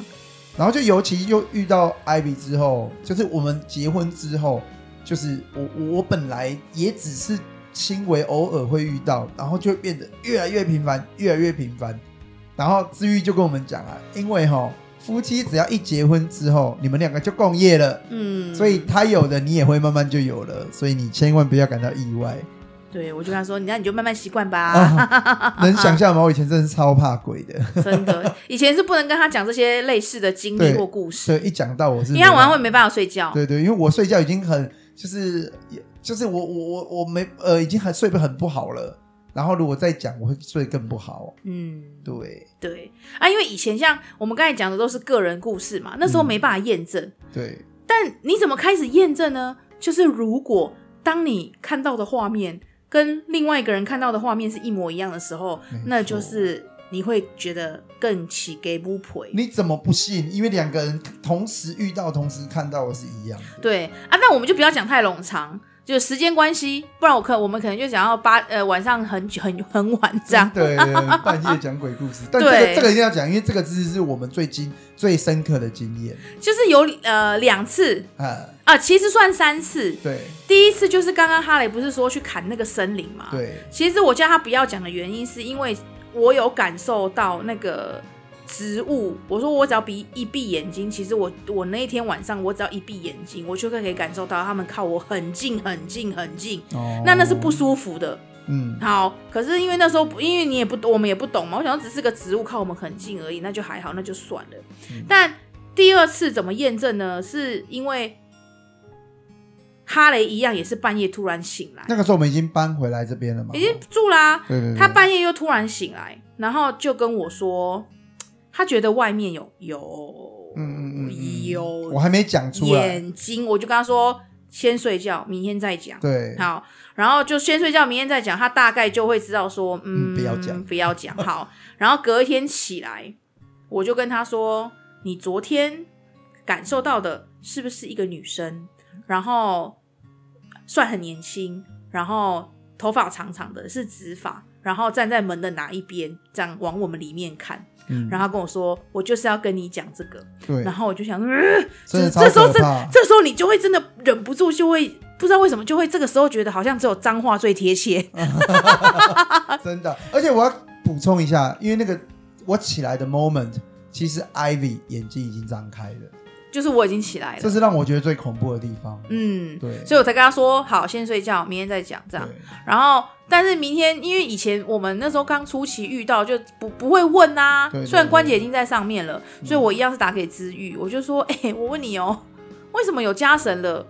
然后就尤其又遇到艾比之后，就是我们结婚之后，就是我我我本来也只是轻微偶尔会遇到，然后就变得越来越频繁，越来越频繁。然后治愈就跟我们讲啊，因为哈、夫妻只要一结婚之后，你们两个就共业了，嗯，所以他有的你也会慢慢就有了，所以你千万不要感到意 (laughs) 外。对我就跟他说，你那你就慢慢习惯 (laughs) 吧，啊能想象吗？我以前真的是超怕鬼的， (laughs) 真的，以前是不能跟他讲这些类似的经历对或故事所，以一讲到我是因为他没办晚法上会没办法睡觉，对对，因为我睡觉已经很就是就是我我我我没呃已经很睡得很不好了，然后如果再讲我会睡得更不好。嗯，对对啊，因为以前像我们刚才讲的都是个人故事嘛，那嗯时候没办法验证。对，但你怎么开始验证呢？就是如果当你看到的画面跟另外一个人看到的画面是一模一样的时候没错，那就是你会觉得更起给不赔。你怎么不信？因为两个人同时遇到，同时看到的是一样的。对啊，那我们就不要讲太冗长，就时间关系，不然我可我们可能就讲到八呃晚上很久很很晚这样。对，半夜讲鬼 (laughs) 故事，但这对个这个一定要讲，因为这个真的是我们最经最深刻的经验 (laughs) 就是有呃两次啊。啊，其实算三次。对第一次就是刚刚哈雷不是说去砍那个森林嘛？。对，其实我叫他不要讲的原因，是因为我有感受到那个植物。我说我只要闭一闭眼睛，其实我我那一天晚上我只要一闭眼睛，我就可以感受到他们靠我很近很近很近，哦那那是不舒服的。嗯，好，可是因为那时候不因为你也不我们也不懂嘛，我想说只是个植物靠我们很近而已，那就还好，那就算了。嗯但第二次怎么验证呢？是因为哈雷一样也是半夜突然醒来，那个时候我们已经搬回来这边了嘛，已经住啦、对对对，他半夜又突然醒来，然后就跟我说，他觉得外面有有嗯嗯嗯嗯，有我还没讲出来，眼睛，我就跟他说先睡觉，明天再讲。对，好，然后就先睡觉，明天再讲。他大概就会知道说，嗯，嗯不要讲不要讲。好，然后隔一天起来，我就跟他说，你昨天感受到的是不是一个女生？然后算很年轻，然后头发长长的，是直发，然后站在门的哪一边，这样往我们里面看。嗯，然后他跟我说，我就是要跟你讲这个。对，然后我就想，嗯、真这的超这时候可这怕这时候你就会真的忍不住就会不知道为什么就会这个时候觉得好像只有脏话最贴切。嗯真的。而且我要补充一下，因为那个我起来的 moment，其实 Ivy 眼睛已经张开了，就是我已经起来这了，是让我觉得最恐怖的地方。嗯，对所以我才跟他说好，先睡觉，明天再讲这样。对然后，但是明天因为以前我们那时候刚初期遇到，就不不会问啊。对对虽然关节已经在上面了，所以我一样是打给知玉，我就说，嗯哎、我问你哦，为什么有家神了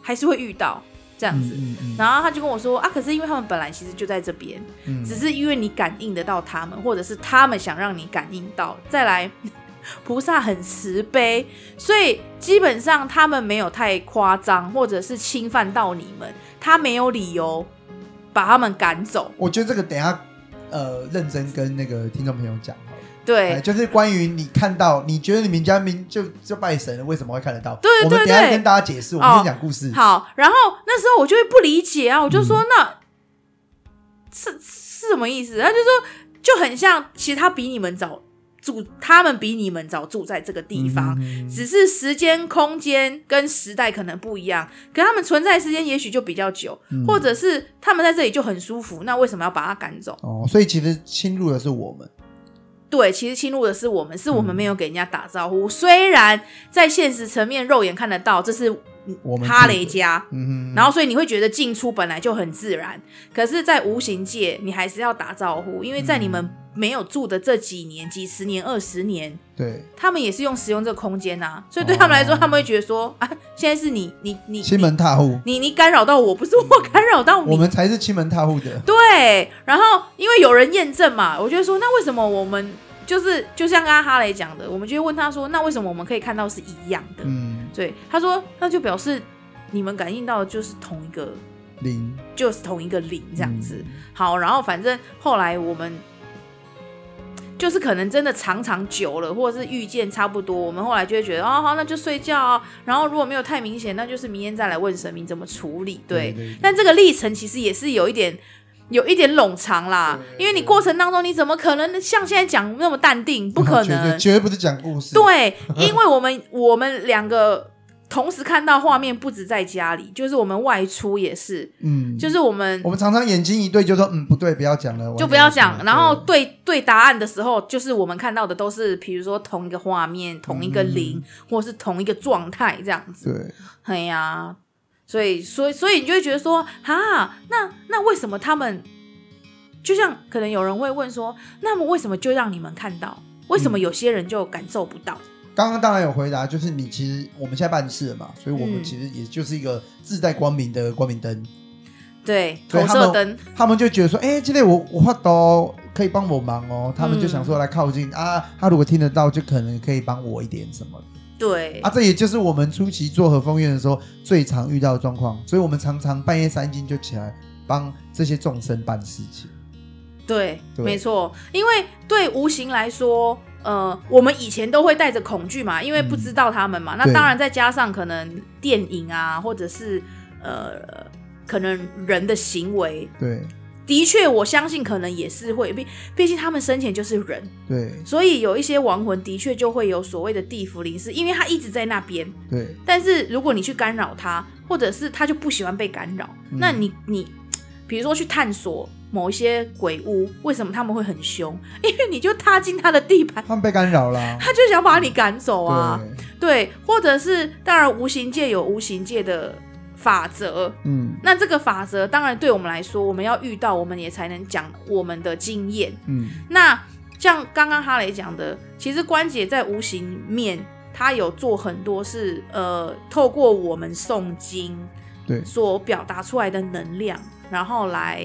还是会遇到这样子？嗯嗯然后他就跟我说啊，可是因为他们本来其实就在这边，嗯只是因为你感应得到他们，或者是他们想让你感应到。再来， (laughs) 菩萨很慈悲，所以基本上他们没有太夸张，或者是侵犯到你们，他没有理由把他们赶走。我觉得这个等一下呃认真跟那个听众朋友讲好了。哎对，就是关于你看到，你觉得你们家明就就拜神了，为什么会看得到？对我们对等一下对跟大家解释，我哦们先讲故事。好。然后那时候我就会不理解啊，我就嗯说、那是是什么意思？他就说就很像，其实他比你们早住，他们比你们早住在这个地方。嗯只是时间、空间跟时代可能不一样，可他们存在时间也许就比较久，嗯或者是他们在这里就很舒服，那为什么要把他赶走？哦，所以其实侵入的是我们，对，其实侵入的是我嗯们，是我们没有给人家打招呼。虽然在现实层面肉眼看得到，这是我们哈自己雷家。嗯哼，然后，所以你会觉得进出本来就很自然，可是，在无形界，你还是要打招呼，因为在你嗯们没有住的这几年、几十年、二十年，对，他们也是用使用这个空间呐、所以对他们来说，哦他们会觉得说啊，现在是你你你亲门踏户，你你干扰到我，不是我干扰到我你。们才是亲门踏户的。对，然后因为有人验证嘛，我就会说，那为什么我们就是就像刚刚哈雷讲的，我们就会问他说，那为什么我们可以看到是一样的？嗯，对，他说那就表示你们感应到的就是同一个，零就是同一个零这样嗯子。好，然后反正后来我们就是可能真的常常久了，或者是遇见差不多，我们后来就会觉得哦好，那就睡觉啊。然后如果没有太明显，那就是明天再来问神明怎么处理。对，对对但这个历程其实也是有一点。有一点冗长啦，对因为你过程当中你怎么可能像现在讲那么淡定？不 (laughs) 可绝能对，绝对不是讲故事。，对，因为我们 (laughs) 我们两个同时看到画面，不止在家里，就是我们外出也是，嗯，就是我们我们常常眼睛一对就说，嗯，不对，不要讲了，就不要讲。然后对对对答案的时候，就是我们看到的都是，比如说同一个画面、同一个零，或是同一个状态这样子。嗯对，哎呀、所以所以所以你就会觉得说，哈，那那为什么他们？就像可能有人会问说，那么为什么就让你们看到？为嗯什么有些人就感受不到？刚刚当然有回答，就是你其实我们现在办事了嘛，所以我们嗯其实也就是一个自带光明的光明灯。对，对投他射们灯，他们就觉得说，哎、这类我我画到可以帮我忙哦，他们就嗯想说来靠近、啊，他如果听得到，就可能可以帮我一点什么的对啊，这也就是我们初期做和风院的时候最常遇到的状况，所以我们常常半夜三更就起来帮这些众生办事情。对，对没错，因为对无形来说，呃，我们以前都会带着恐惧嘛，因为不知道他们嘛。那嗯对当然，再加上可能电影啊，或者是呃，可能人的行为，对的确，我相信可能也是会，毕毕竟他们生前就是人，对所以有一些亡魂的确就会有所谓的地府灵是因为他一直在那边。对，但是如果你去干扰他，或者是他就不喜欢被干扰，嗯那你你比如说去探索某一些鬼屋，为什么他们会很凶？ (laughs) 因为你就踏进他的地盘，他们被干扰啦。他就想把你赶走啊。对，对，或者是当然无形界有无形界的法则。嗯那这个法则当然对我们来说，我们要遇到，我们也才能讲我们的经验。嗯，那像刚刚哈雷讲的，其实关节在无形面，他有做很多是呃，透过我们诵经对所表达出来的能量，然后来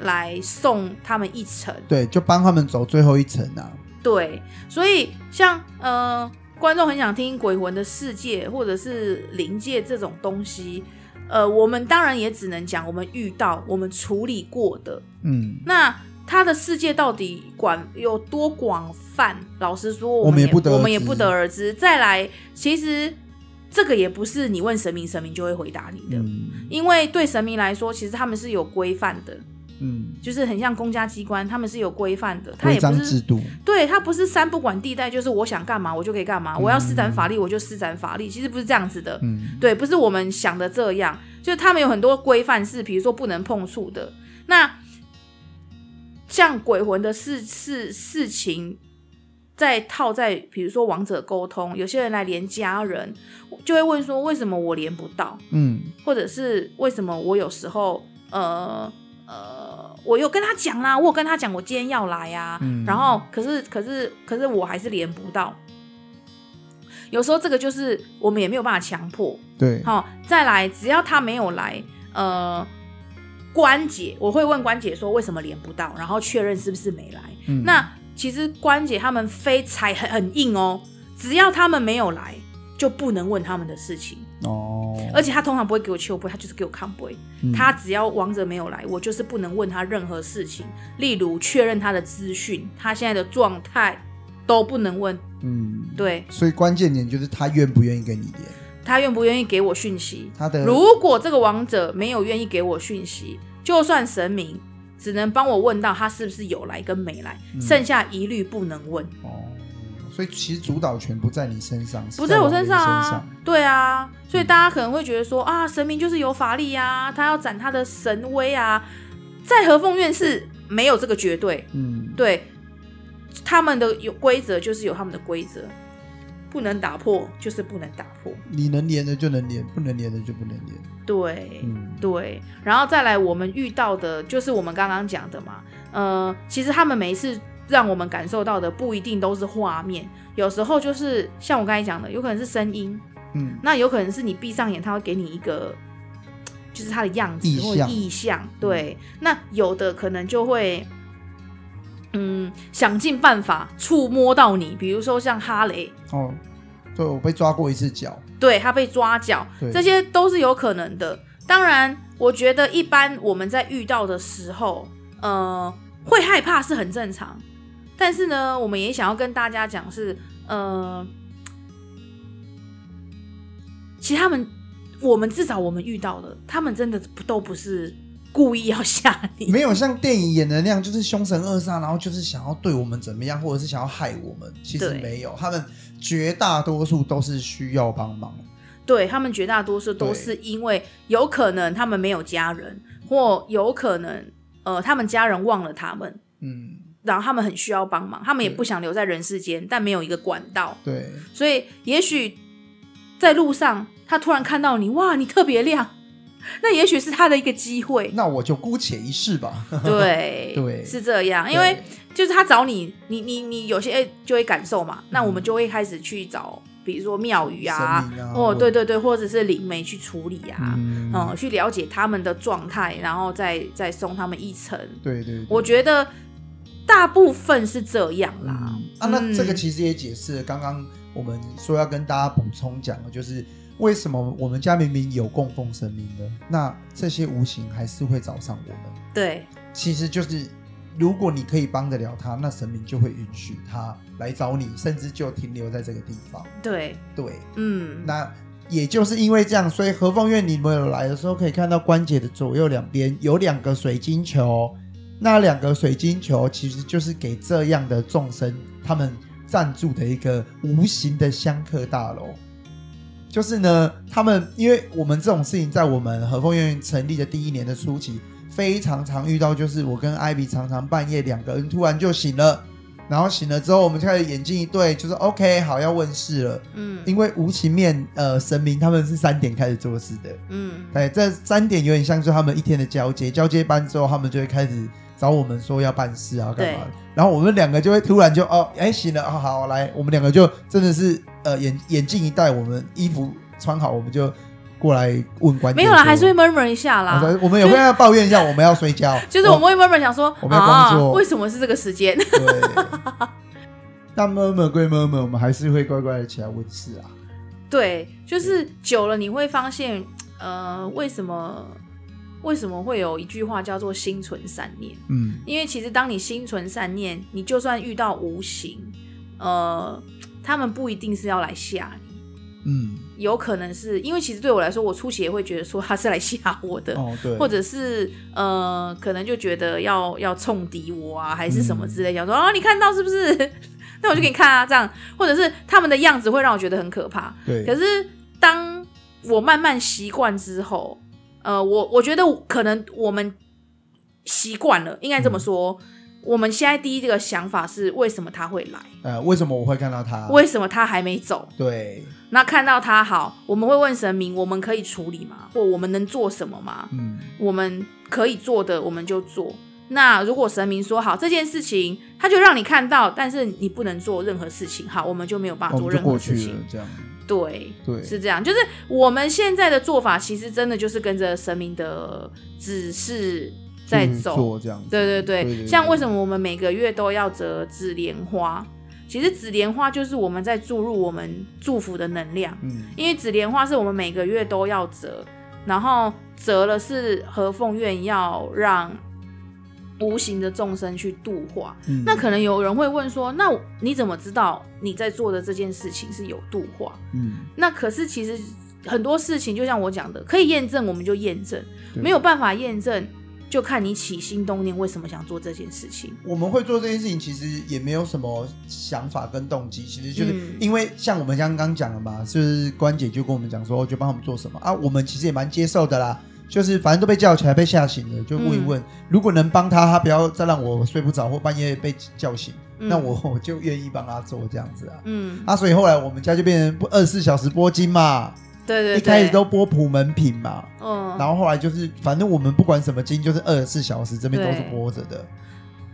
来送他们一程。对，就帮他们走最后一层啊。对，所以像呃，观众很想听鬼魂的世界或者是灵界这种东西。呃，我们当然也只能讲我们遇到、我们处理过的，嗯，那他的世界到底广有多广泛？老实说，我我们也也不得而知我们也不得而知。再来，其实这个也不是你问神明，神明就会回答你的，嗯因为对神明来说，其实他们是有规范的，嗯，就是很像公家机关，他们是有规范的，他规也章不制是。度，对他不是三不管地带，就是我想干嘛我就可以干嘛，我要施展法力我就施展法力，其实不是这样子的。嗯，对，不是我们想的这样，就是他们有很多规范是，比如说不能碰触的。那像鬼魂的事事事情，再套在比如说王者沟通，有些人来连家人就会问说为什么我连不到，嗯，或者是为什么我有时候呃呃，我有跟他讲啦，我有跟他讲我今天要来啊，嗯然后可是可是可是我还是连不到。有时候这个就是我们也没有办法强迫，对，好、再来，只要他没有来，呃，关姐我会问关姐说为什么连不到，然后确认是不是没来。嗯那其实关姐他们非踩很很硬哦，只要他们没有来，就不能问他们的事情。哦，而且他通常不会给我秋杯，他就是给我康杯。嗯他只要王者没有来，我就是不能问他任何事情，例如确认他的资讯、他现在的状态都不能问。嗯，对所以关键点就是他愿不愿意跟你连，他愿不愿意给我讯息？他的如果这个王者没有愿意给我讯息，就算神明只能帮我问到他是不是有来跟没来，嗯剩下一律不能问，哦，所以其实主导权不在你身上，不在我身身上啊，对啊，所以大家可能会觉得说啊，神明就是有法力啊，他要展他的神威啊，在和凤院是没有这个绝对，嗯，对，他们的有规则就是有他们的规则，不能打破就是不能打破，你能连的就能连，不能连的就不能连，对，嗯，对，然后再来我们遇到的，就是我们刚刚讲的嘛，呃，其实他们每一次让我们感受到的不一定都是画面，有时候就是像我刚才讲的，有可能是声音，嗯，那有可能是你闭上眼，他会给你一个，就是他的样子意或象嗯意象，对，那有的可能就会。嗯，想尽办法触摸到你，比如说像哈雷，哦，对我被抓过一次脚，对他被抓脚对，这些都是有可能的。当然，我觉得一般我们在遇到的时候，呃，会害怕是很正常。但是呢，我们也想要跟大家讲是，呃，其实他们，我们至少我们遇到的，他们真的不都不是故意要吓你，没有像电影演的那样，就是凶神恶煞，然后就是想要对我们怎么样，或者是想要害我们。其实对没有，他们绝大多数都是需要帮忙。对他们绝大多数都对是因为有可能他们没有家人，或有可能呃他们家人忘了他们，嗯，然后他们很需要帮忙，他们也对不想留在人世间，但没有一个管道，对，所以也许在路上他突然看到你，哇，你特别亮，那也许是他的一个机 (laughs) 会，那我就姑且一试吧。对对是这啊样，因对为就是他找你，你你你有些哎就会感受嘛，那我们就会开始去找，比如说庙宇啊嗯神明啊，哦，对对对，或者是灵媒去处理啊， (laughs) 嗯，嗯，去了解他们的状态，然后再再送他们一程，对对对我觉得大部分是这样啦。嗯啊，那这个嗯其实也解释了刚刚我们说要跟大家补充讲的，就是为什么我们家明明有供奉神明的，那这些无形还是会找上我们。对其实就是，如果你可以帮得了他，那神明就会允许他来找你，甚至就停留在这个地方。对，对，嗯，那也就是因为这样，所以和凤院你们有来的时候，可以看到关节的左右两边有两个水晶球，那两个水晶球其实就是给这样的众生他们赞助的一个无形的香客大楼。就是呢，他们因为我们这种事情，在我们和凤院成立的第一年的初期，非常常遇到，就是我跟艾比常常半夜两个人突然就醒了，然后醒了之后，我们就开始眼睛一对，就是 OK，好要问世了。嗯因为无情面呃神明他们是三点开始做事的，嗯，对，这三点有点像是他们一天的交接，交接班之后他们就会开始找我们说要办事啊干嘛的，然后我们两个就会突然就哦哎行了，好好来，我们两个就真的是呃眼眼镜一戴，我们衣服穿好，我们就过来问关没有啦，还是会 murmur 一下我啦。说我们也会要抱怨一下，我们要睡觉， (laughs) 哦就是我们会 murmur 想说我们要工啊作，为什么是这个时 (laughs) 间？对。但闷闷归闷闷，我们还是会乖乖的起来问事啊。对，就是久了你会发现，呃，为什么为什么会有一句话叫做心存善念？嗯，因为其实当你心存善念，你就算遇到无形，呃，他们不一定是要来吓你，嗯，有可能是因为其实对我来说，我初期也会觉得说他是来吓我的，哦对，或者是呃，可能就觉得要 (laughs) 要冲敌我啊，还是什么嗯之类，想说哦，你看到是不 (laughs) 是？那我就给你看啊，这样，或者是他们的样子会让我觉得很可怕。对，可是当我慢慢习惯之后，嗯呃，我我觉得可能我们习惯了，应该这么说。我们现在第一个想法是为什么他会来，呃，为什么我会看到他？为什么他还没走？对，那看到他好，我们会问神明，我们可以处理吗？或我们能做什么吗？嗯，我们可以做的，我们就做。那如果神明说好这件事情，他就让你看到，但是你不能做任何事情，好，我们就没有办法我做哦们就任过何事去了情。，这样。对，对，是这样，就是我们现在的做法，其实真的就是跟着神明的指示在去走。嗯做这样子。对对对，对对像对为什么我们每个月都要折紫莲花？其实紫莲花就是我们在注入我们祝福的能量，嗯，因为紫莲花是我们每个月都要折，然后折了是和凤院要让无形的众生去度化。嗯那可能有人会问说，那你怎么知道你在做的这件事情是有度化？嗯，那可是其实很多事情，就像我讲的，可以验证我们就验证，对没有办法验证就看你起心动念为什么想做这件事情。我们会做这件事情，其实也没有什么想法跟动机，其实就是嗯因为像我们刚刚讲的嘛，就是关姐就跟我们讲说，就帮他们做什么啊，我们其实也蛮接受的啦。就是反正都被叫起来被吓醒了，就问嗯一问，如果能帮他，他不要再让我睡不着或半夜被叫醒，嗯那我 (laughs) 我就愿意帮他做这样子啊。嗯，啊，所以后来我们家就变成二十四小时播金嘛，对对对，一开始都播普门品嘛，嗯，然后后来就是反正我们不管什么金，就是二十四小时这边都是对播着的。嗯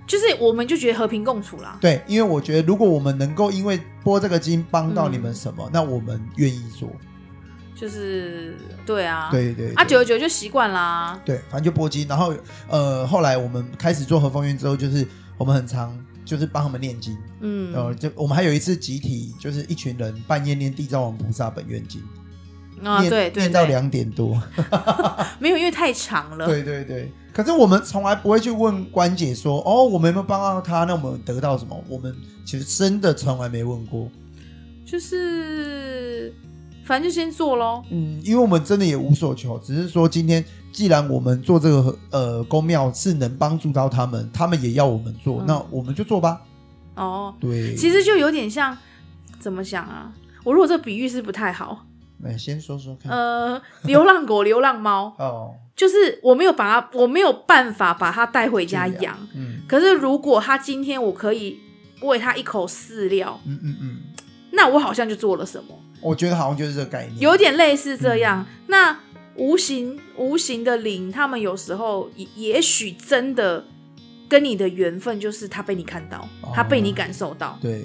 就是我们就觉得和平共处啦。对，因为我觉得如果我们能够因为播这个金帮到你们嗯什么，那我们愿意做。就是对啊，对对对啊，久而久就习惯啦。对，反正就播金。然后呃，后来我们开始做和风院之后，就是我们很常就是帮他们念经。嗯，呃，就我们还有一次集体，就是一群人半夜念地藏王菩萨本愿经，啊，念对对念到对，两点多。没有因为太长了。对对对。可是我们从来不会去问关姐说，哦，我们有没有帮到他？那我们得到什么？我们其实真的从来没问过。就是反正就先做喽。嗯，因为我们真的也无所求，只是说今天既然我们做这个呃公庙是能帮助到他们，他们也要我们做，嗯那我们就做吧。哦，对，其实就有点像怎么想啊？我如果这比喻是不太好，那哎先说说看。呃，流浪狗、流浪猫，哦，就是我没有把它，我没有办法把它带回家是养。嗯可是如果它今天我可以喂它一口饲料，嗯嗯嗯，那我好像就做了什么，我觉得好像就是这个概念。有点类似这样。那无形无形的灵，他们有时候也也许真的跟你的缘分就是他被你看到哦，他被你感受到，对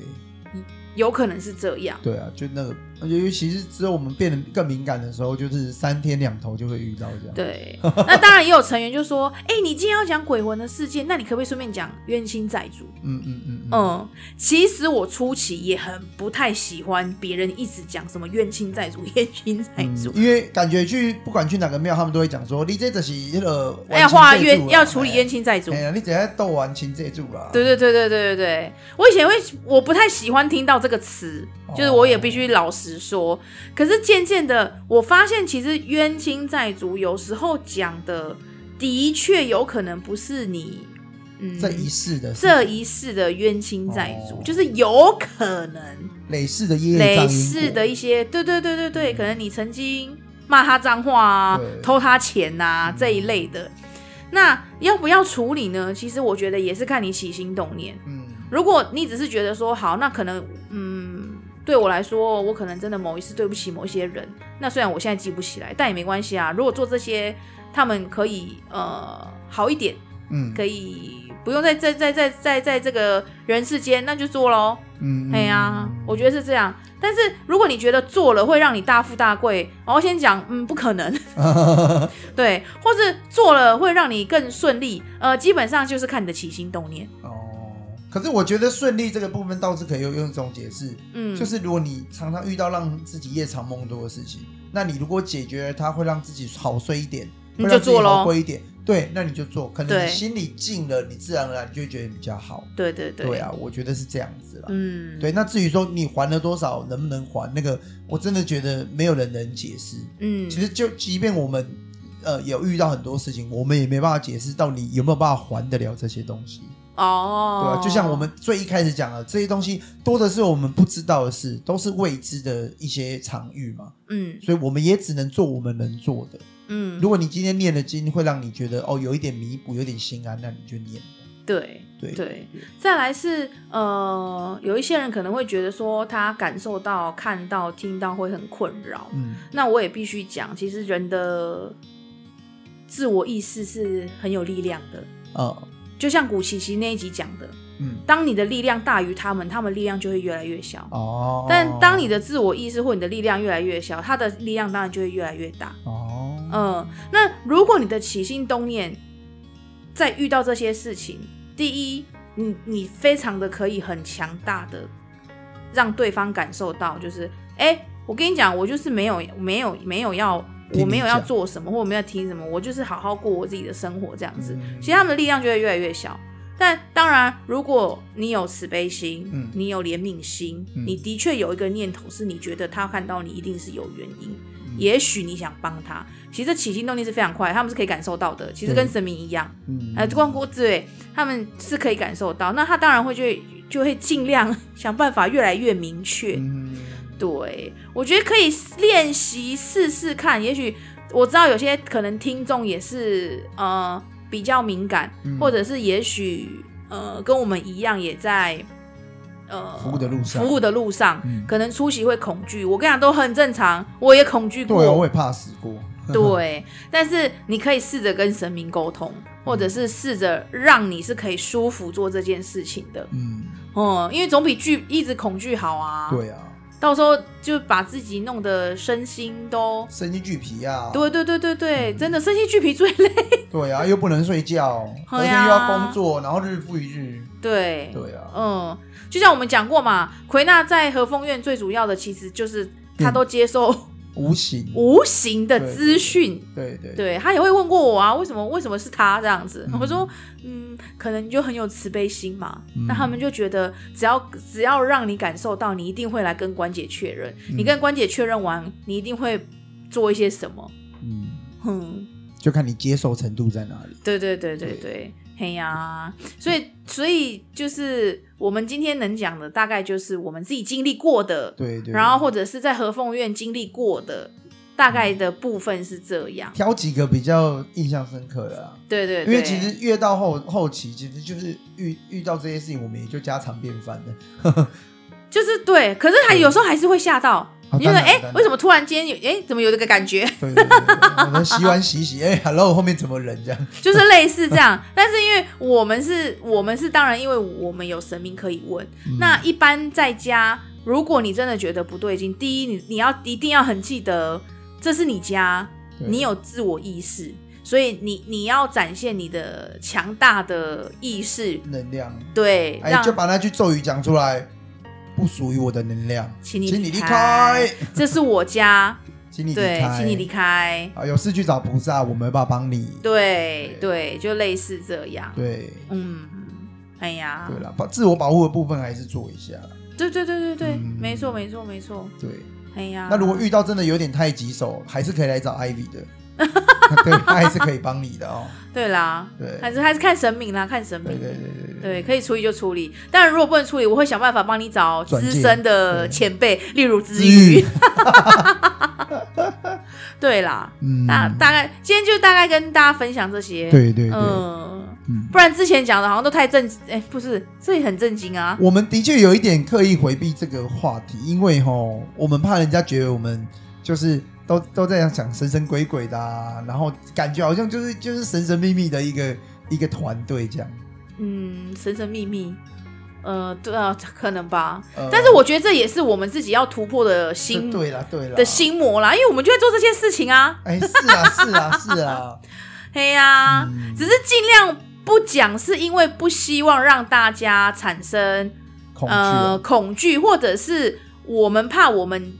有可能是这样。对啊，就那个，尤其是只有我们变得更敏感的时候，就是三天两头就会遇到这样。，对， (laughs) 那当然也有成员就说：“哎、你今天要讲鬼魂的事件，那你可不可以顺便讲冤亲债主？”嗯嗯嗯嗯，嗯，其实我初期也很不太喜欢别人一直讲什么冤亲债主、 (laughs) 冤亲债嗯主，因为感觉去不管去哪个庙，他们都会讲说，你这就是那个哎要化冤，冤，要处理冤亲债主啊哎。呀，你只要斗完情这住啊啦。对对对对对对对，我以前会我不太喜欢听到这个词，就是我也必须老实说。可是渐渐的，我发现其实冤亲债主有时候讲的的确有可能不是你，嗯，这一世的事这一世的冤亲债主，哦就是有可能累世的业类障似的一因些，对对对对对，可能你曾经骂他脏话啊对、嗯偷他钱呐、啊、这一类的，那要不要处理呢？其实我觉得也是看你起心动念。果嗯，如果你只是觉得说好，那可能嗯，对我来说，我可能真的某一次对不起某一些人，那虽然我现在记不起来，但也没关系啊。如果做这些，他们可以呃好一点，嗯，可以不用再再再再再在这个人世间，那就做喽。嗯，嗯，哎呀、我觉得是这样。但是如果你觉得做了会让你大富大贵，然后先讲，嗯，不可 (laughs) 能，对，或是做了会让你更顺利，呃，基本上就是看你的起心动念，哦，可是我觉得顺利这个部分倒是可以用用一种解释，嗯，就是如果你常常遇到让自己夜长梦多的事情，那你如果解决了它，会让自己好睡一点，你会让就自己做好咯过一点。对，那你就做，可能对你心里静了，你自然而然就会觉得比较好。对对对，对啊，我觉得是这样子啦。嗯，对，那至于说你还了多少，能不能还，那个我真的觉得没有人能解释。嗯，其实就即便我们呃有遇到很多事情，我们也没办法解释到底有没有办法还得了这些东西，对吧、哦，就像我们最一开始讲的，这些东西多的是我们不知道的事，都是未知的一些场域嘛，嗯所以我们也只能做我们能做的。嗯如果你今天念的经会让你觉得哦有一点弥补，有点心安，那你就念吧。对对对，再来是呃，有一些人可能会觉得说他感受到、看到、听到会很困扰。嗯，那我也必须讲，其实人的自我意识是很有力量的。哦，就像古奇奇那一集讲的，嗯，当你的力量大于他们，他们力量就会越来越小。哦，但当你的自我意识或你的力量越来越小，他的力量当然就会越来越大。哦，嗯，那如果你的起心动念在遇到这些事情，第一，你你非常的可以很强大的让对方感受到，就是哎、诶我跟你讲，我就是没有没有没有要。听我你没有要讲做什么，或我没有听什么，我就是好好过我自己的生活这样子。嗯其实他们的力量就会越来越小。但当然，如果你有慈悲心，嗯你有怜悯心，嗯你的确有一个念头是你觉得他看到你一定是有原因，嗯也许你想帮他。其实这起心动念是非常快，他们是可以感受到的。其实跟神明一样，嗯呃，光锅对，他们是可以感受到。那他当然会就会就会尽量 (laughs) 想办法越来越明确。嗯对，我觉得可以练习试试看，也许我知道有些可能听众也是呃比较敏感，嗯或者是也许呃跟我们一样也在呃服务的路上服务的路上，嗯可能出席会恐惧。我跟你讲都很正常，我也恐惧对过，哦，我也怕死过，对，但是你可以试着跟神明沟通，或者是试着让你是可以舒服做这件事情的，嗯，嗯，因为总比惧一直恐惧好啊。。对啊，到时候就把自己弄得身心都，身心俱疲啊，对对对对嗯对，真的身心俱疲最累。 (laughs) 对啊，又不能睡觉，而对且啊又要工作，然后日复一日，对，对啊，嗯，就像我们讲过嘛，奎娜在和风院最主要的其实就是嗯她都接受无形，无形的资讯。对对对她也会问过我啊，为什么为什么是她这样子？嗯我说，嗯，可能你就很有慈悲心嘛。嗯那他们就觉得，只要只要让你感受到，你一定会来跟关姐确认。你嗯跟关姐确认完，你一定会做一些什么。嗯，嗯，就看你接受程度在哪里，对对对对对对，嘿呀、所以所以就是我们今天能讲的，大概就是我们自己经历过的，对对，然后或者是在和凤院经历过的，大概的部分是这样。挑几个比较印象深刻的啊。对对因对，为其实越到后后期，其实就是遇遇到这些事情，我们也就家常便饭的。就是对，可是还有时候还是会吓到，你哦就觉得当然哎当，然为什么突然间有哎，怎么有这个感觉？ (laughs) 对对对对，我们洗碗洗洗，哎、h e l l o 后面怎么人这样？就是类似这样。但是因为我们是，我们是当然，因为我们有神明可以问。嗯那一般在家，如果你真的觉得不对劲，第一，你你要一定要很记得，这是你家，对你有自我意识，所以你你要展现你的强大的意识，能量，对，哎、让就把那句咒语讲出来，不属于我的能量，请你请你离离开，这是我家， (laughs) 请你离对，开，请你离开，啊！有事去找菩萨，我没办法帮你。对对，就类似这样，对嗯，哎呀，对了，把自我保护的部分还是做一下。对对对对对，嗯没错没错没错，对，哎呀，那如果遇到真的有点太棘手，还是可以来找 Ivy (laughs) 的，对，他还是可以帮你的哦。对啦，对还是还是看神明啦，看神明。对对对对对，对可以处理就处理。当然，如果不能处理，我会想办法帮你找转介资深的对嗯前辈，例如资治愈愈。，对啦，嗯，大大概今天就大概跟大家分享这些。，对对对，嗯，嗯不然之前讲的好像都太震，哎、不是，这也很震惊啊。我们的确有一点刻意回避这个话题，因为吼，我们怕人家觉得我们就是都都在讲神神鬼鬼的、啊，然后感觉好像就是就是神神秘秘的一个一个团队这样。嗯，神神秘秘。呃，对啊，可能吧。呃但是我觉得这也是我们自己要突破的心对啊啦对啦的，心魔啦，因为我们就会做这些事情啊。哎，是啊是啊是 (laughs) 啊，嘿呀、嗯只是尽量不讲，是因为不希望让大家产生恐惧、呃啊，恐惧，或者是我们怕我们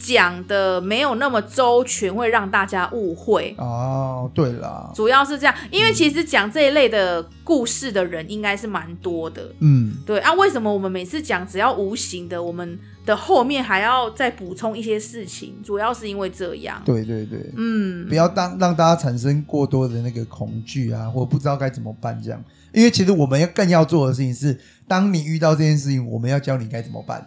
讲的没有那么周全，会让大家误会。哦，对啦，主要是这样，因为其实讲这一类的故事的人应该是蛮多的。嗯，对啊，为什么我们每次讲只要无形的，我们的后面还要再补充一些事情？主要是因为这样。对对对，嗯不，要当让大家产生过多的那个恐惧啊，或不知道该怎么办这样。因为其实我们要更要做的事情是，当你遇到这件事情，我们要教你该怎么办。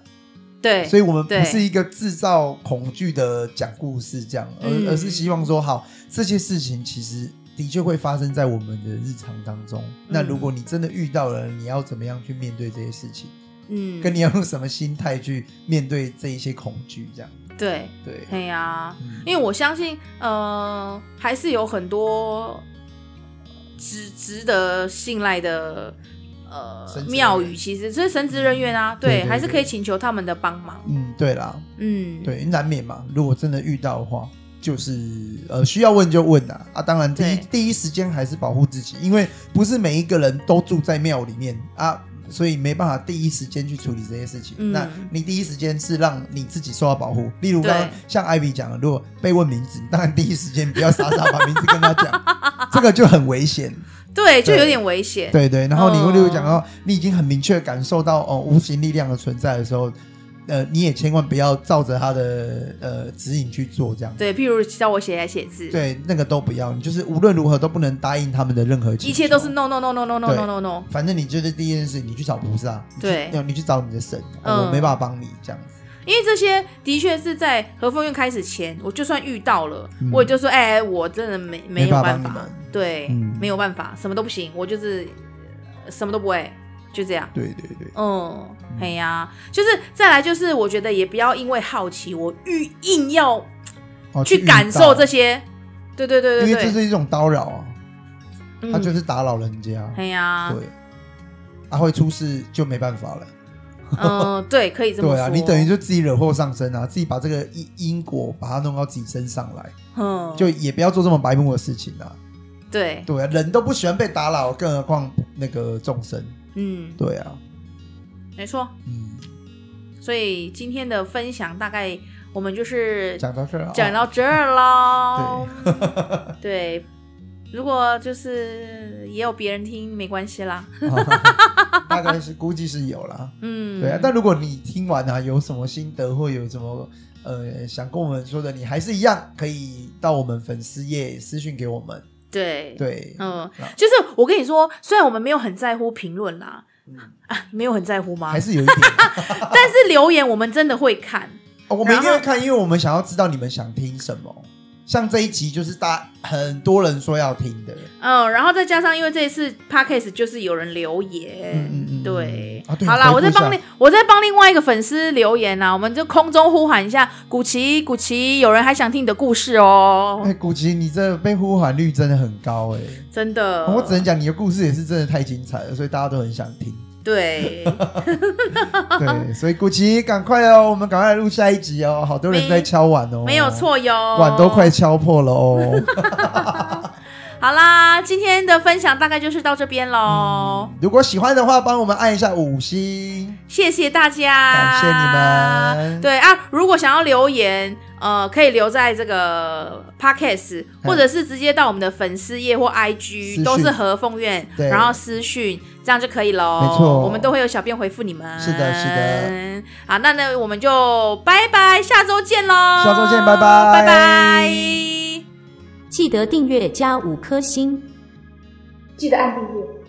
对，所以我们对不是一个制造恐惧的讲故事这样，而、嗯而是希望说，好，这些事情其实的确会发生在我们的日常当中。那如果你真的遇到了，你要怎么样去面对这些事情？嗯，跟你要用什么心态去面对这一些恐惧？这样对，对，嘿呀、嗯因为我相信，呃，还是有很多值值得信赖的呃神职人员庙宇，其实这神职人员啊，对对，对还是可以请求他们的帮忙。嗯，对啦，嗯，，对，难免嘛。如果真的遇到的话，就是呃需要问就问啦。啊，当然第一对第一时间还是保护自己，因为不是每一个人都住在庙里面啊，所以没办法第一时间去处理这些事情。嗯那你第一时间是让你自己受到保护。例如刚刚对像艾比讲的，如果被问名字，你当然第一时间不要傻傻把名字跟他讲，这个就很危险。对，就对有点危险。对对，然后你哦会例如讲到，你已经很明确感受到哦无形力量的存在的时候，呃，你也千万不要照着他的呃指引去做，这样对，譬如叫我写来写字，，对那个都不要，你就是无论如何都不能答应他们的任何请求一切都是 no no no no no no 对 no no no。反正你就是第一件事，你去找菩萨，你去对你去找你的神，哦嗯我没办法帮你这样子，因为这些的确是在和风院开始前，我就算遇到了，嗯我也就说，哎、我真的没没有没办办法帮你法们，对，嗯没有办法，什么都不行，我就是呃什么都不会，就这样。对对对，嗯，哎呀、就是再来就是，我觉得也不要因为好奇，我硬硬要哦去遇感到受这些，对对对因为对这对，是一种叨扰啊，他就嗯，是打扰人家，哎呀，对，他会出事就没办法了。嗯，对，可以这么说，对啊，你等于就自己惹祸上身啊，自己把这个因因果把它弄到自己身上来，嗯，就也不要做这么白目的事情啊。对，对啊，人都不喜欢被打扰，更何况那个众生。嗯，对啊，没错。嗯，所以今天的分享大概我们就是讲到这儿啊， (laughs) 讲到这儿喽。哦对，对，如果就是也有别人听，没关系啦。大概是估计是有啦。嗯，对啊，但如果你听完啊，有什么心得或有什么呃想跟我们说的，你还是一样可以到我们粉丝页私讯给我们。对，对，嗯那，就是我跟你说，虽然我们没有很在乎评论啦，啊， (laughs) 没有很在乎吗嗯还？是有一点。但是留言我们真的会看。哦我们一然定会后看，因为我们想要知道你们想听什么。像这一集就是大很多人说要听的，嗯，然后再加上，因为这一次 podcast 就是有人留言，嗯嗯嗯对，啊对好啦，回复我再帮一下另我再帮另外一个粉丝留言啊啦，我们就空中呼喊一下，古奇古奇，有人还想听你的故事哦，哎，古奇，你这被呼喊率真的很高哎、真的，我只能讲你的故事也是真的太精彩了，所以大家都很想听。 (laughs) 对，对，所以古奇赶快哦，我们赶快来录下一集哦，好多人在敲碗 (laughs) 哦，没有，错哟，碗都快敲破 (laughs) 了哦。好啦，今天的分享大概就是到这边喽，如果喜欢的话，帮我们按一下五星。谢谢大家，感谢你们对啊，如果想要留言，呃，可以留在这个 podcast，嗯或者是直接到我们的粉丝页或讯 IG，都是和凤院，对然后私讯，这样就可以喽。没错我们都会有小编回复你们。是的是的。好，那那我们就拜拜，下周见喽。下周见拜拜拜拜。记得订阅加五颗星。记得按订阅，